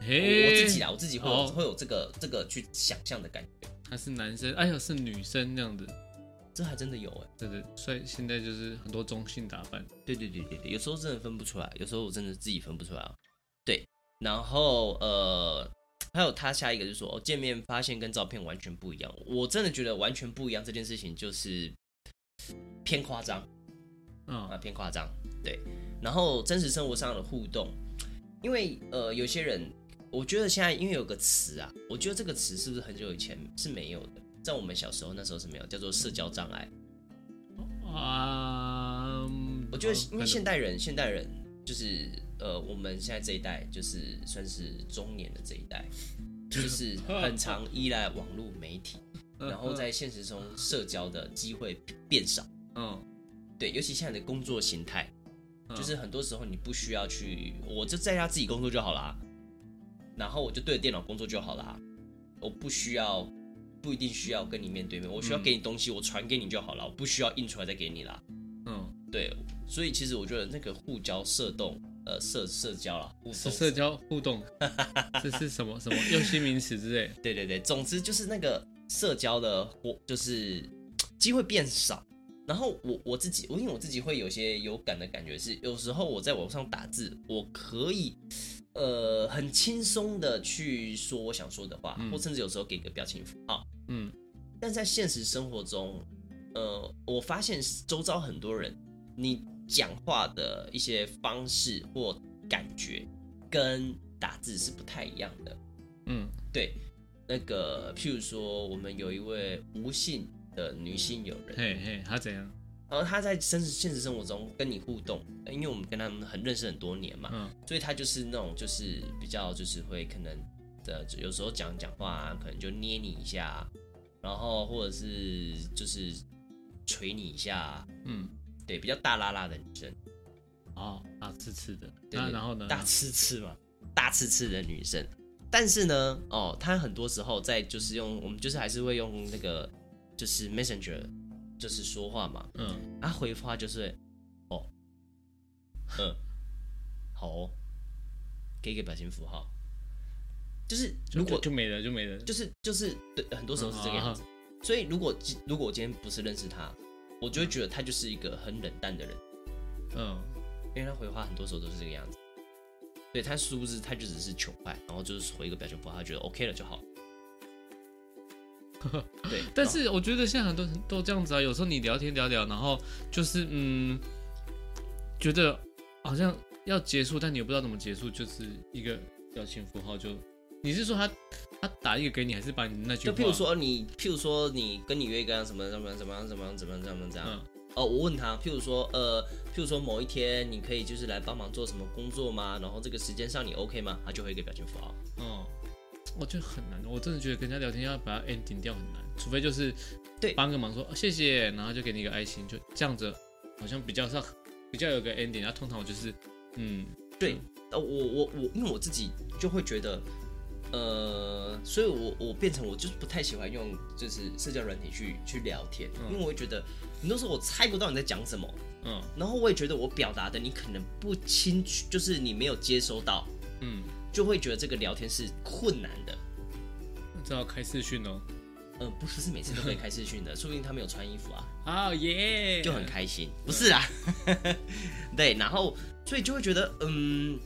[SPEAKER 1] 嘿，
[SPEAKER 2] 我我自己啦，，我自己会有、
[SPEAKER 1] 哦
[SPEAKER 2] 会有这个这个去想象的感觉，
[SPEAKER 1] 他是男生，哎呦是女生这样子，
[SPEAKER 2] 这还真的有哎、
[SPEAKER 1] 对对，所以现在就是很多中性打扮，
[SPEAKER 2] 对对对对对，有时候真的分不出来，有时候我真的自己分不出来啊。对，然后呃，还有他下一个就是说，哦，见面发现跟照片完全不一样。我真的觉得完全不一样这件事情就是偏夸张啊，
[SPEAKER 1] 嗯
[SPEAKER 2] 偏夸张。对，然后真实生活上的互动，因为呃，有些人我觉得现在因为有个词啊，我觉得这个词是不是很久以前是没有的，在我们小时候那时候是没有，叫做社交障碍。
[SPEAKER 1] 啊，
[SPEAKER 2] 我觉得因为现代人，现代人就是呃，我们现在这一代就是算是中年的这一代，就是很常依赖网络媒体，
[SPEAKER 1] 嗯
[SPEAKER 2] 然后在现实中社交的机会变少。
[SPEAKER 1] 嗯，
[SPEAKER 2] 对，尤其现在的工作形态，就是很多时候你不需要去，我就在家自己工作就好啦，然后我就对着电脑工作就好啦，我不需要。不一定需要跟你面对面，我需要给你东西，我传给你就好了，我不需要印出来再给你啦。
[SPEAKER 1] 嗯，
[SPEAKER 2] 对，所以其实我觉得那个互交社动，呃，社社交啦，互
[SPEAKER 1] 是
[SPEAKER 2] 动，
[SPEAKER 1] 社交互动，这是什么什么又新名词之类，
[SPEAKER 2] 对对对，总之就是那个社交的活，就是机会变少，然后我我自己，我因为我自己会有些有感的感觉是，有时候我在网上打字，我可以呃很轻松的去说我想说的话，
[SPEAKER 1] 嗯
[SPEAKER 2] 或甚至有时候给个表情符号。
[SPEAKER 1] 嗯，
[SPEAKER 2] 但在现实生活中，呃，我发现周遭很多人，你讲话的一些方式或感觉跟打字是不太一样的。
[SPEAKER 1] 嗯
[SPEAKER 2] 对，那个譬如说，我们有一位吴姓的女性友人，
[SPEAKER 1] 嘿嘿，他怎样？
[SPEAKER 2] 然后她在真实现实生活中跟你互动，呃因为我们跟他们很认识很多年嘛，
[SPEAKER 1] 嗯
[SPEAKER 2] 所以她就是那种就是比较就是会可能的，有时候讲讲话、啊、可能就捏你一下啊，然后或者是就是捶你一下啊，
[SPEAKER 1] 嗯，
[SPEAKER 2] 对，比较大拉拉的女生，
[SPEAKER 1] 哦，大刺刺的。
[SPEAKER 2] 对
[SPEAKER 1] 那
[SPEAKER 2] 对
[SPEAKER 1] 然后呢？
[SPEAKER 2] 大刺刺嘛，大刺刺的女生。但是呢，哦，她很多时候在就是用我们就是还是会用那个就是 Messenger 就是说话嘛，
[SPEAKER 1] 嗯，
[SPEAKER 2] 她回话就是哦，嗯，好哦、给一个表情符号，就是
[SPEAKER 1] 就
[SPEAKER 2] 如果
[SPEAKER 1] 就就没了，就啊没了。嗯
[SPEAKER 2] 就是就是对，很多时候是这个样子。所以如果今如果我今天不是认识她，我就会觉得她就是一个很冷淡的人。
[SPEAKER 1] 嗯
[SPEAKER 2] 因为他回话很多时候都是这个样子。对他殊不知他就只是穷派，然后就是回一个表情符号，他觉得 OK 了 就好。对，
[SPEAKER 1] 但是我觉得现在很多人都这样子啊，有时候你聊天聊聊，然后就是嗯，觉得好像要结束，但你又不知道怎么结束，就是一个表情符号就。你是说他他打一个给你，还是把你那句
[SPEAKER 2] 就
[SPEAKER 1] 话？
[SPEAKER 2] 譬如，说你，譬如说你跟你约一个人什么什么什么什么怎么怎么怎么
[SPEAKER 1] 嗯，
[SPEAKER 2] 哦，我问他，譬如说呃，譬如说某一天你可以就是来帮忙做什么工作吗？然后这个时间上你 OK 吗？他就回一个表情符号。
[SPEAKER 1] 嗯，我觉得很难，我真的觉得跟人家聊天要把它 ending 掉很难，除非就是
[SPEAKER 2] 对
[SPEAKER 1] 帮个忙说、哦谢谢，然后就给你一个爱心，就这样子，好像比较上比较有个 ending。然后通常我就是嗯
[SPEAKER 2] 对，呃，我我我，因为我自己就会觉得，呃，所以我我变成我就是不太喜欢用就是社交软体去去聊天，因为我会觉得很多时候我猜不到你在讲什么，
[SPEAKER 1] 嗯
[SPEAKER 2] 然后我也觉得我表达的你可能不清楚，就是你没有接收到，
[SPEAKER 1] 嗯，
[SPEAKER 2] 就会觉得这个聊天是困难的。
[SPEAKER 1] 这要开视讯哦。
[SPEAKER 2] 呃，不是每次都可以开视讯 的，说不定他们有穿衣服啊，
[SPEAKER 1] 好耶，
[SPEAKER 2] 就很开心。不是啊， 对，然后所以就会觉得，嗯，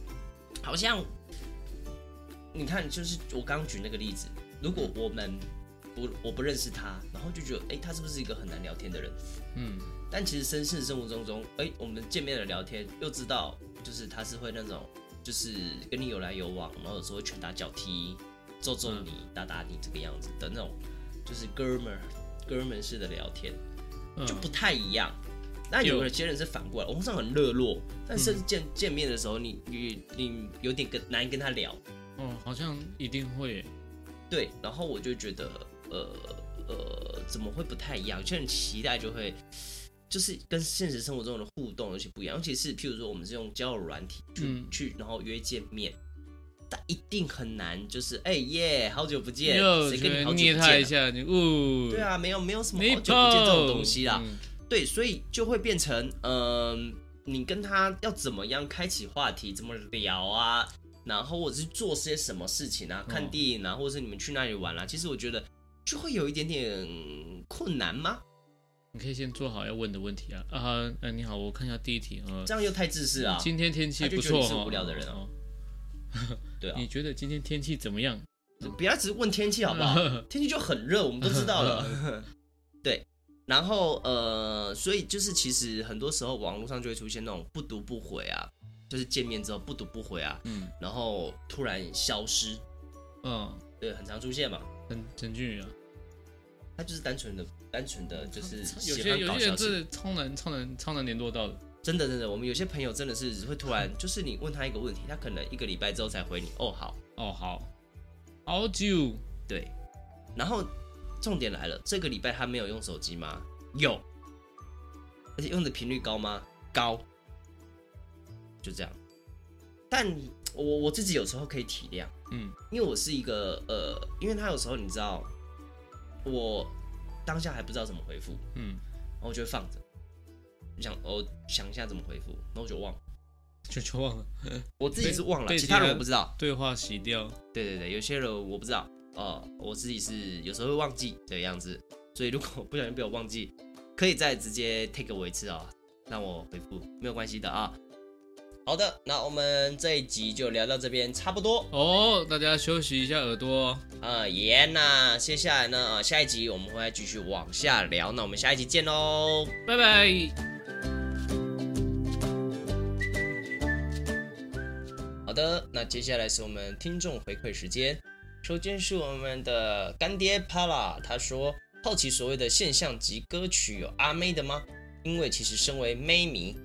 [SPEAKER 2] 好像你看，就是我刚举那个例子，如果我们不我不认识他，然后就觉得，哎、他是不是一个很难聊天的人？
[SPEAKER 1] 嗯
[SPEAKER 2] 但其实绅士生活中中，哎、我们见面的聊天又知道，就是他是会那种，就是跟你有来有往，然后有时候会拳打脚踢，揍揍你、打打你这个样子的那种，就是哥们儿哥们儿式的聊天。
[SPEAKER 1] 嗯
[SPEAKER 2] 就不太一样。那有
[SPEAKER 1] 有
[SPEAKER 2] 有些人是反过来，网上很热络，但甚至见见面的时候，你你你有点跟难跟他聊，
[SPEAKER 1] 哦，好像一定会耶，
[SPEAKER 2] 对。然后我就觉得，呃呃，怎么会不太一样？有些人期待就会，就是跟现实生活中的互动有些不一样，尤其是譬如说我们是用交友软体去、
[SPEAKER 1] 嗯
[SPEAKER 2] 去，然后约见面，但一定很难，就是哎耶，好久不见，
[SPEAKER 1] 又
[SPEAKER 2] 谁跟你
[SPEAKER 1] 去
[SPEAKER 2] 好久
[SPEAKER 1] 捏
[SPEAKER 2] 不
[SPEAKER 1] 他
[SPEAKER 2] 见
[SPEAKER 1] 一
[SPEAKER 2] 啊、
[SPEAKER 1] 下，你呜，
[SPEAKER 2] 对啊，没有没有什么
[SPEAKER 1] 你
[SPEAKER 2] 好久不见这种东
[SPEAKER 1] 碰
[SPEAKER 2] 西啦。
[SPEAKER 1] 嗯
[SPEAKER 2] 对，所以就会变成，嗯、你跟他要怎么样开启话题，怎么聊啊，然后或者是做些什么事情啊，看电影啊，或者是你们去那里玩啊，其实我觉得就会有一点点困难吗？
[SPEAKER 1] 你可以先做好要问的问题啊啊，呃，你好，我看一下第一题啊。
[SPEAKER 2] 这样又太自私啊。
[SPEAKER 1] 今天天气
[SPEAKER 2] 他就
[SPEAKER 1] 不
[SPEAKER 2] 觉
[SPEAKER 1] 错
[SPEAKER 2] 得你
[SPEAKER 1] 哦，
[SPEAKER 2] 是无聊的人啊
[SPEAKER 1] 哦
[SPEAKER 2] 对啊
[SPEAKER 1] 你，觉得今天天气怎么样？
[SPEAKER 2] 不要只是问天气好不好？天气就很热，我们都知道了。 对，然后呃，所以就是其实很多时候网络上就会出现那种不读不回啊，就是见面之后不读不回啊，
[SPEAKER 1] 嗯
[SPEAKER 2] 然后突然消失，
[SPEAKER 1] 嗯，
[SPEAKER 2] 对，很常出现嘛。
[SPEAKER 1] 陈陈俊宇啊，
[SPEAKER 2] 他就是单纯的、单纯的，就是
[SPEAKER 1] 哦有
[SPEAKER 2] 喜
[SPEAKER 1] 些
[SPEAKER 2] 欢
[SPEAKER 1] 有
[SPEAKER 2] 搞
[SPEAKER 1] 些
[SPEAKER 2] 笑
[SPEAKER 1] 人真
[SPEAKER 2] 事。
[SPEAKER 1] 的超难超难超难联络到的，
[SPEAKER 2] 真的真的，我们有些朋友真的是会突然，就是你问他一个问题，他可能一个礼拜之后才回你。哦，好，
[SPEAKER 1] 哦好，好久，
[SPEAKER 2] 对。然后重点来了，这个礼拜他没有用手机吗？有，而且用的频率高吗？高，就这样。但我我自己有时候可以体谅，
[SPEAKER 1] 嗯
[SPEAKER 2] 因为我是一个呃，因为他有时候你知道，我当下还不知道怎么回复，
[SPEAKER 1] 嗯，
[SPEAKER 2] 然后我就会放着，我想我想一下怎么回复，然后我就忘了，
[SPEAKER 1] 就就忘了
[SPEAKER 2] 我自己是忘了，
[SPEAKER 1] 被
[SPEAKER 2] 其他
[SPEAKER 1] 别
[SPEAKER 2] 人
[SPEAKER 1] 人
[SPEAKER 2] 我不知道。
[SPEAKER 1] 对话洗掉，
[SPEAKER 2] 对对对，有些人我不知道，哦、我自己是有时候会忘记的样子，所以如果不小心被我忘记，可以再直接 take 我一次哦，让我回复，没有关系的啊。好的，那我们这一集就聊到这边差不多。
[SPEAKER 1] 哦，大家休息一下耳朵哦。
[SPEAKER 2] 呃，耶，那接下来呢，呃，下一集我们会再继续往下聊，那我们下一集见喽。
[SPEAKER 1] 拜拜。
[SPEAKER 2] 好的，那接下来是我们听众回馈时间。首先是我们的干爹 Pala，他说好奇所谓的现象级歌曲有阿妹的吗？因为其实身为妹迷，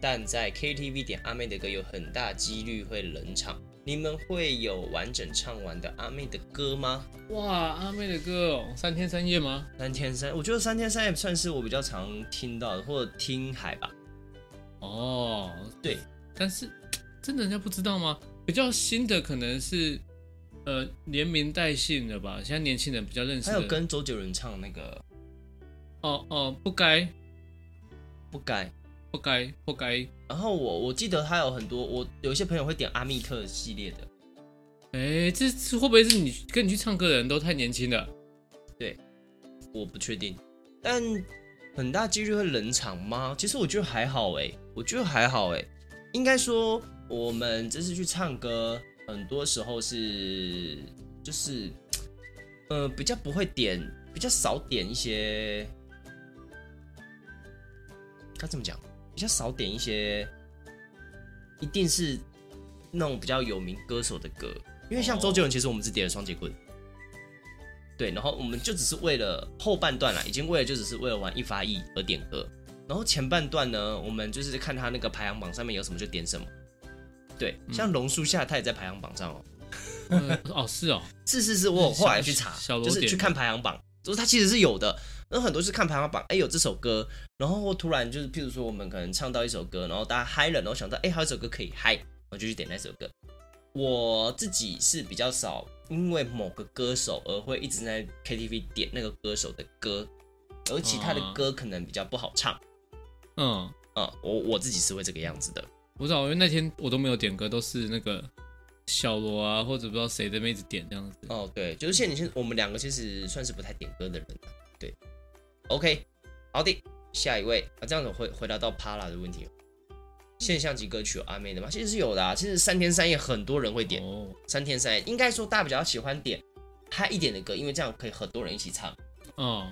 [SPEAKER 2] 但在 KTV 点阿妹的歌有很大几率会冷场。你们会有完整唱完的阿妹的歌吗？
[SPEAKER 1] 哇，阿妹的歌哦，三天三夜吗？
[SPEAKER 2] 三天三，我觉得三天三夜算是我比较常听到的，或者听海吧。
[SPEAKER 1] 哦，
[SPEAKER 2] 对，
[SPEAKER 1] 但是真的人家不知道吗？比较新的可能是呃连名带姓的吧，现在年轻人比较认识
[SPEAKER 2] 还
[SPEAKER 1] 的。
[SPEAKER 2] 有跟周杰伦唱那个
[SPEAKER 1] 哦哦，不该
[SPEAKER 2] 不该，
[SPEAKER 1] 不该不该，
[SPEAKER 2] 然后我我记得他有很多，我有一些朋友会点阿密特系列的，
[SPEAKER 1] 哎，这这会不会是你跟你去唱歌的人都太年轻了？
[SPEAKER 2] 我不确定，但很大几率会冷场吗？其实我觉得还好哎、我觉得还好哎、应该说我们这次去唱歌，很多时候是就是，呃，比较不会点，比较少点一些，该怎么讲？比较少点一些，一定是那种比较有名歌手的歌，因为像周杰伦，其实我们只点了双截棍。对，然后我们就只是为了后半段啦，已经为了就只是为了玩一发一而点歌，然后前半段呢，我们就是看他那个排行榜上面有什么就点什么。对，像榕树下，他也在排行榜上哦。
[SPEAKER 1] 呃 哦是哦，
[SPEAKER 2] 是是是，我有后来去查，
[SPEAKER 1] 小小罗
[SPEAKER 2] 就是
[SPEAKER 1] 点
[SPEAKER 2] 去
[SPEAKER 1] 的
[SPEAKER 2] 看排行榜，就是它其实是有的。那很多是看排行榜，哎、有这首歌，然后突然就是，譬如说我们可能唱到一首歌，然后大家嗨了，然后想到，哎、还有一首歌可以嗨，我就去点那首歌。我自己是比较少因为某个歌手而会一直在 KTV 点那个歌手的歌，而其他的
[SPEAKER 1] 哦
[SPEAKER 2] 歌可能比较不好唱。
[SPEAKER 1] 嗯，
[SPEAKER 2] 嗯，我我自己是会这个样子的。
[SPEAKER 1] 我知道，因为那天我都没有点歌，都是那个小罗啊，或者不知道谁的妹子点这样子。
[SPEAKER 2] 哦，对，就是现在现我们两个其实算是不太点歌的人了对，OK，好的，下一位啊，这样子回回答到 Pala 的问题哦，现象级歌曲有阿妹的吗？其实是有的啊，其实三天三夜很多人会点，
[SPEAKER 1] 哦，
[SPEAKER 2] 三天三夜应该说大家比较喜欢点嗨一点的歌，因为这样可以很多人一起唱。
[SPEAKER 1] 哦，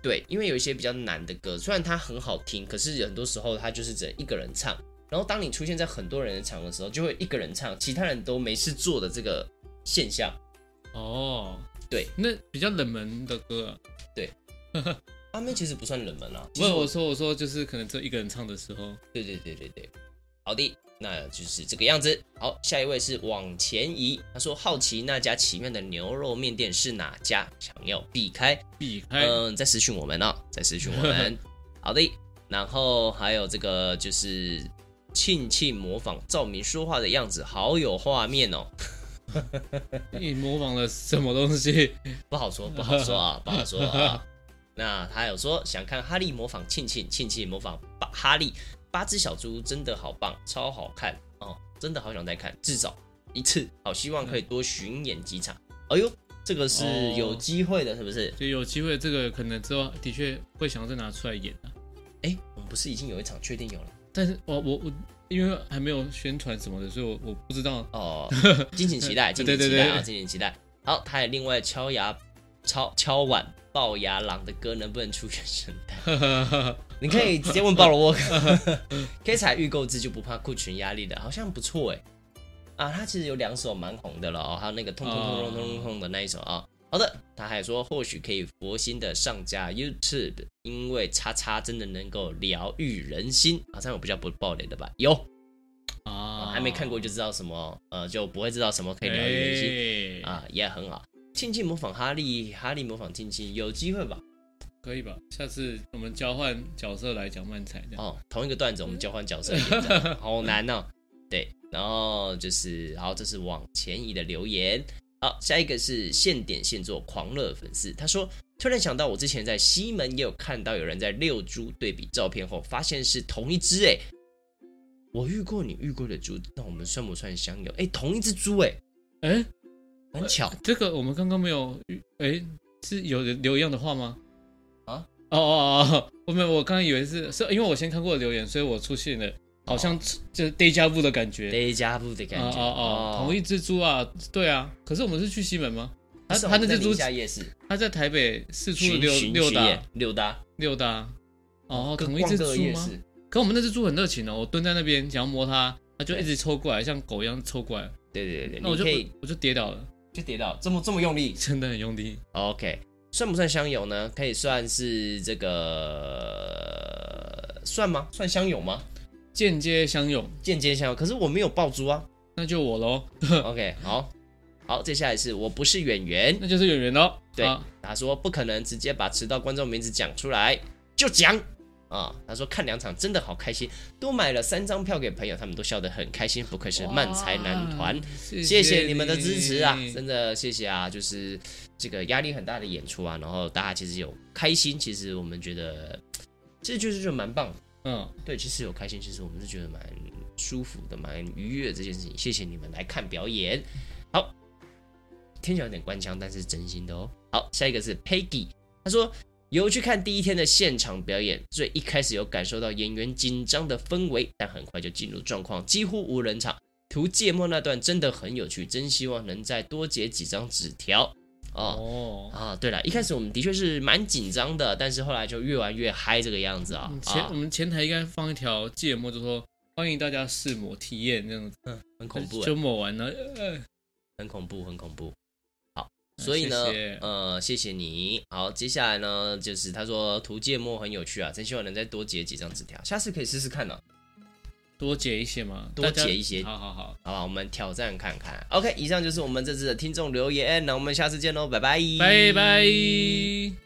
[SPEAKER 2] 对，因为有一些比较难的歌，虽然它很好听，可是很多时候它就是只能一个人唱。然后当你出现在很多人的场的时候，就会一个人唱，其他人都没事做的这个现象。
[SPEAKER 1] 哦，
[SPEAKER 2] 对，
[SPEAKER 1] 那比较冷门的歌、啊，
[SPEAKER 2] 阿妹其实不算冷门啊，
[SPEAKER 1] 不是我说我说就是可能只有一个人唱的时候，
[SPEAKER 2] 对对对对对，好的，那就是这个样子。好，下一位是往前移，他说好奇那家奇妙的牛肉面店是哪家，想要避开。
[SPEAKER 1] 避开。
[SPEAKER 2] 嗯，再私讯我们啊、再私讯我们。好的，然后还有这个就是庆庆模仿赵明说话的样子，好有画面哦。
[SPEAKER 1] 你模仿了什么东西？
[SPEAKER 2] 不好说，不好说啊，不好说啊。那他有说想看哈利模仿庆庆，庆庆模仿巴哈利，八只小猪真的好棒，超好看哦，真的好想再看，至少一次，好希望可以多巡演几场。哎呦，这个是
[SPEAKER 1] 哦
[SPEAKER 2] 有机会的，是 不是？
[SPEAKER 1] 就有机会，这个可能之后的确会想要再拿出来演啊。
[SPEAKER 2] 哎，我们不是已经有一场确定有了
[SPEAKER 1] 但是我我我因为还没有宣传什么的，所以我我不知道。
[SPEAKER 2] 哦，敬请期待，敬
[SPEAKER 1] 对
[SPEAKER 2] 请
[SPEAKER 1] 对
[SPEAKER 2] 期待啊，
[SPEAKER 1] 对
[SPEAKER 2] 敬请期待。好，他也另外敲牙敲敲碗龅牙狼的歌能不能出原声带？
[SPEAKER 1] 啊
[SPEAKER 2] 你可以直接问鲍罗沃 克，
[SPEAKER 1] 嗯
[SPEAKER 2] 可以采预购制就不怕库存压力的，好像不错哎。啊，他其实有两首蛮红的了哦，还有那个通通通通通通通的那一首啊、好的，他还说或许可以佛心的上架 YouTube，因为叉叉真的能够疗愈人心。好像我比较不爆雷的吧？有，
[SPEAKER 1] 啊，
[SPEAKER 2] 哦还没看过就知道什么，呃，就不会知道什么可以疗愈人心。
[SPEAKER 1] 哎
[SPEAKER 2] 啊，也很好。庆庆模仿哈利，哈利模仿庆庆，有机会吧？
[SPEAKER 1] 可以吧？下次我们交换角色来讲漫才，这样、
[SPEAKER 2] 哦，同一个段子我们交换角色一点，这
[SPEAKER 1] 嗯
[SPEAKER 2] 样 好难哦。对，然后就是，然后这是往前移的留言。好，下一个是现点现做狂热粉丝，他说突然想到我之前在西门也有看到有人在六株对比照片后，发现是同一只哎。我遇过你遇过的猪，那我们算不算相友？哎，同一只猪哎，
[SPEAKER 1] 哎、
[SPEAKER 2] 很巧。
[SPEAKER 1] 呃这个我们刚刚没有遇，哎、是有人留一样的话吗？
[SPEAKER 2] 啊，
[SPEAKER 1] 哦哦哦，我没有，我刚刚以为是是因为我先看过留言，所以我出现了好像就是 deja vu 的感觉。
[SPEAKER 2] deja vu 的感
[SPEAKER 1] 哦
[SPEAKER 2] 觉
[SPEAKER 1] 哦哦，同一只猪啊，对啊。可是我们是去西门吗？他他那只猪，
[SPEAKER 2] 下夜市
[SPEAKER 1] 他在台北四处
[SPEAKER 2] 巡
[SPEAKER 1] 溜
[SPEAKER 2] 巡
[SPEAKER 1] 溜
[SPEAKER 2] 巡
[SPEAKER 1] 达
[SPEAKER 2] 演溜达，
[SPEAKER 1] 溜达。哦，
[SPEAKER 2] 各
[SPEAKER 1] 同一
[SPEAKER 2] 逛
[SPEAKER 1] 只
[SPEAKER 2] 各个
[SPEAKER 1] 猪
[SPEAKER 2] 夜
[SPEAKER 1] 吗？
[SPEAKER 2] 市
[SPEAKER 1] 可我们那只猪很热情哦，我蹲在那边想要摸它，它就一直抽过来，像狗一样抽过来，
[SPEAKER 2] 对对对对，
[SPEAKER 1] 那我
[SPEAKER 2] 你
[SPEAKER 1] 就
[SPEAKER 2] 可以
[SPEAKER 1] 我就跌倒了，
[SPEAKER 2] 就跌倒，这么这么用力
[SPEAKER 1] 真的很用力。
[SPEAKER 2] ，OK，算不算香油呢？可以算是这个算吗？算香油吗？
[SPEAKER 1] 间接相拥，
[SPEAKER 2] 间接香油，可是我没有爆珠啊。
[SPEAKER 1] 那就我喽，
[SPEAKER 2] OK，好，好，接下来是我不是演员，
[SPEAKER 1] 那就是演员喽。
[SPEAKER 2] 对
[SPEAKER 1] 啊，
[SPEAKER 2] 他说不可能直接把迟到观众名字讲出来，就讲啊、他说看两场真的好开心，多买了三张票给朋友，他们都笑得很开心，不愧是漫才男团
[SPEAKER 1] 哇，，
[SPEAKER 2] 谢
[SPEAKER 1] 谢
[SPEAKER 2] 谢你们的支持啊，
[SPEAKER 1] 你
[SPEAKER 2] 真的谢谢啊，就是这个压力很大的演出啊，然后大家其实有开心，其实我们觉得这就是就蛮棒的，
[SPEAKER 1] 嗯，
[SPEAKER 2] 对，其实有开心，其实我们是觉得蛮舒服的，蛮愉悦的这件事情，谢谢你们来看表演，好，听起来有点官腔，但是真心的哦。好，下一个是 Peggy，他说由去看第一天的现场表演，所以一开始有感受到演员紧张的氛围，但很快就进入状况，几乎无人场。图芥末那段真的很有趣，真希望能再多截几张纸条
[SPEAKER 1] 哦，
[SPEAKER 2] 哦。啊，对了，一开始我们的确是蛮紧张的，但是后来就越玩越嗨这个样子啊
[SPEAKER 1] 嗯前
[SPEAKER 2] 啊
[SPEAKER 1] 我，们前台应该放一条芥末，就说欢迎大家试抹体验这样子，
[SPEAKER 2] 很恐怖欸，
[SPEAKER 1] 就抹完了，呃
[SPEAKER 2] 很恐怖，很恐怖。好，
[SPEAKER 1] 嗯
[SPEAKER 2] 所以呢，
[SPEAKER 1] 谢谢
[SPEAKER 2] 呃，谢谢你。好，接下来呢，就是他说涂芥末很有趣啊，真希望能再多截几张纸条，下次可以试试看呢、
[SPEAKER 1] 多解一些嘛，
[SPEAKER 2] 多
[SPEAKER 1] 大家
[SPEAKER 2] 解一些
[SPEAKER 1] 好好好，
[SPEAKER 2] 好吧，我们挑战看看。OK，以上就是我们这次的听众留言，那我们下次见喽，拜拜，
[SPEAKER 1] 拜拜。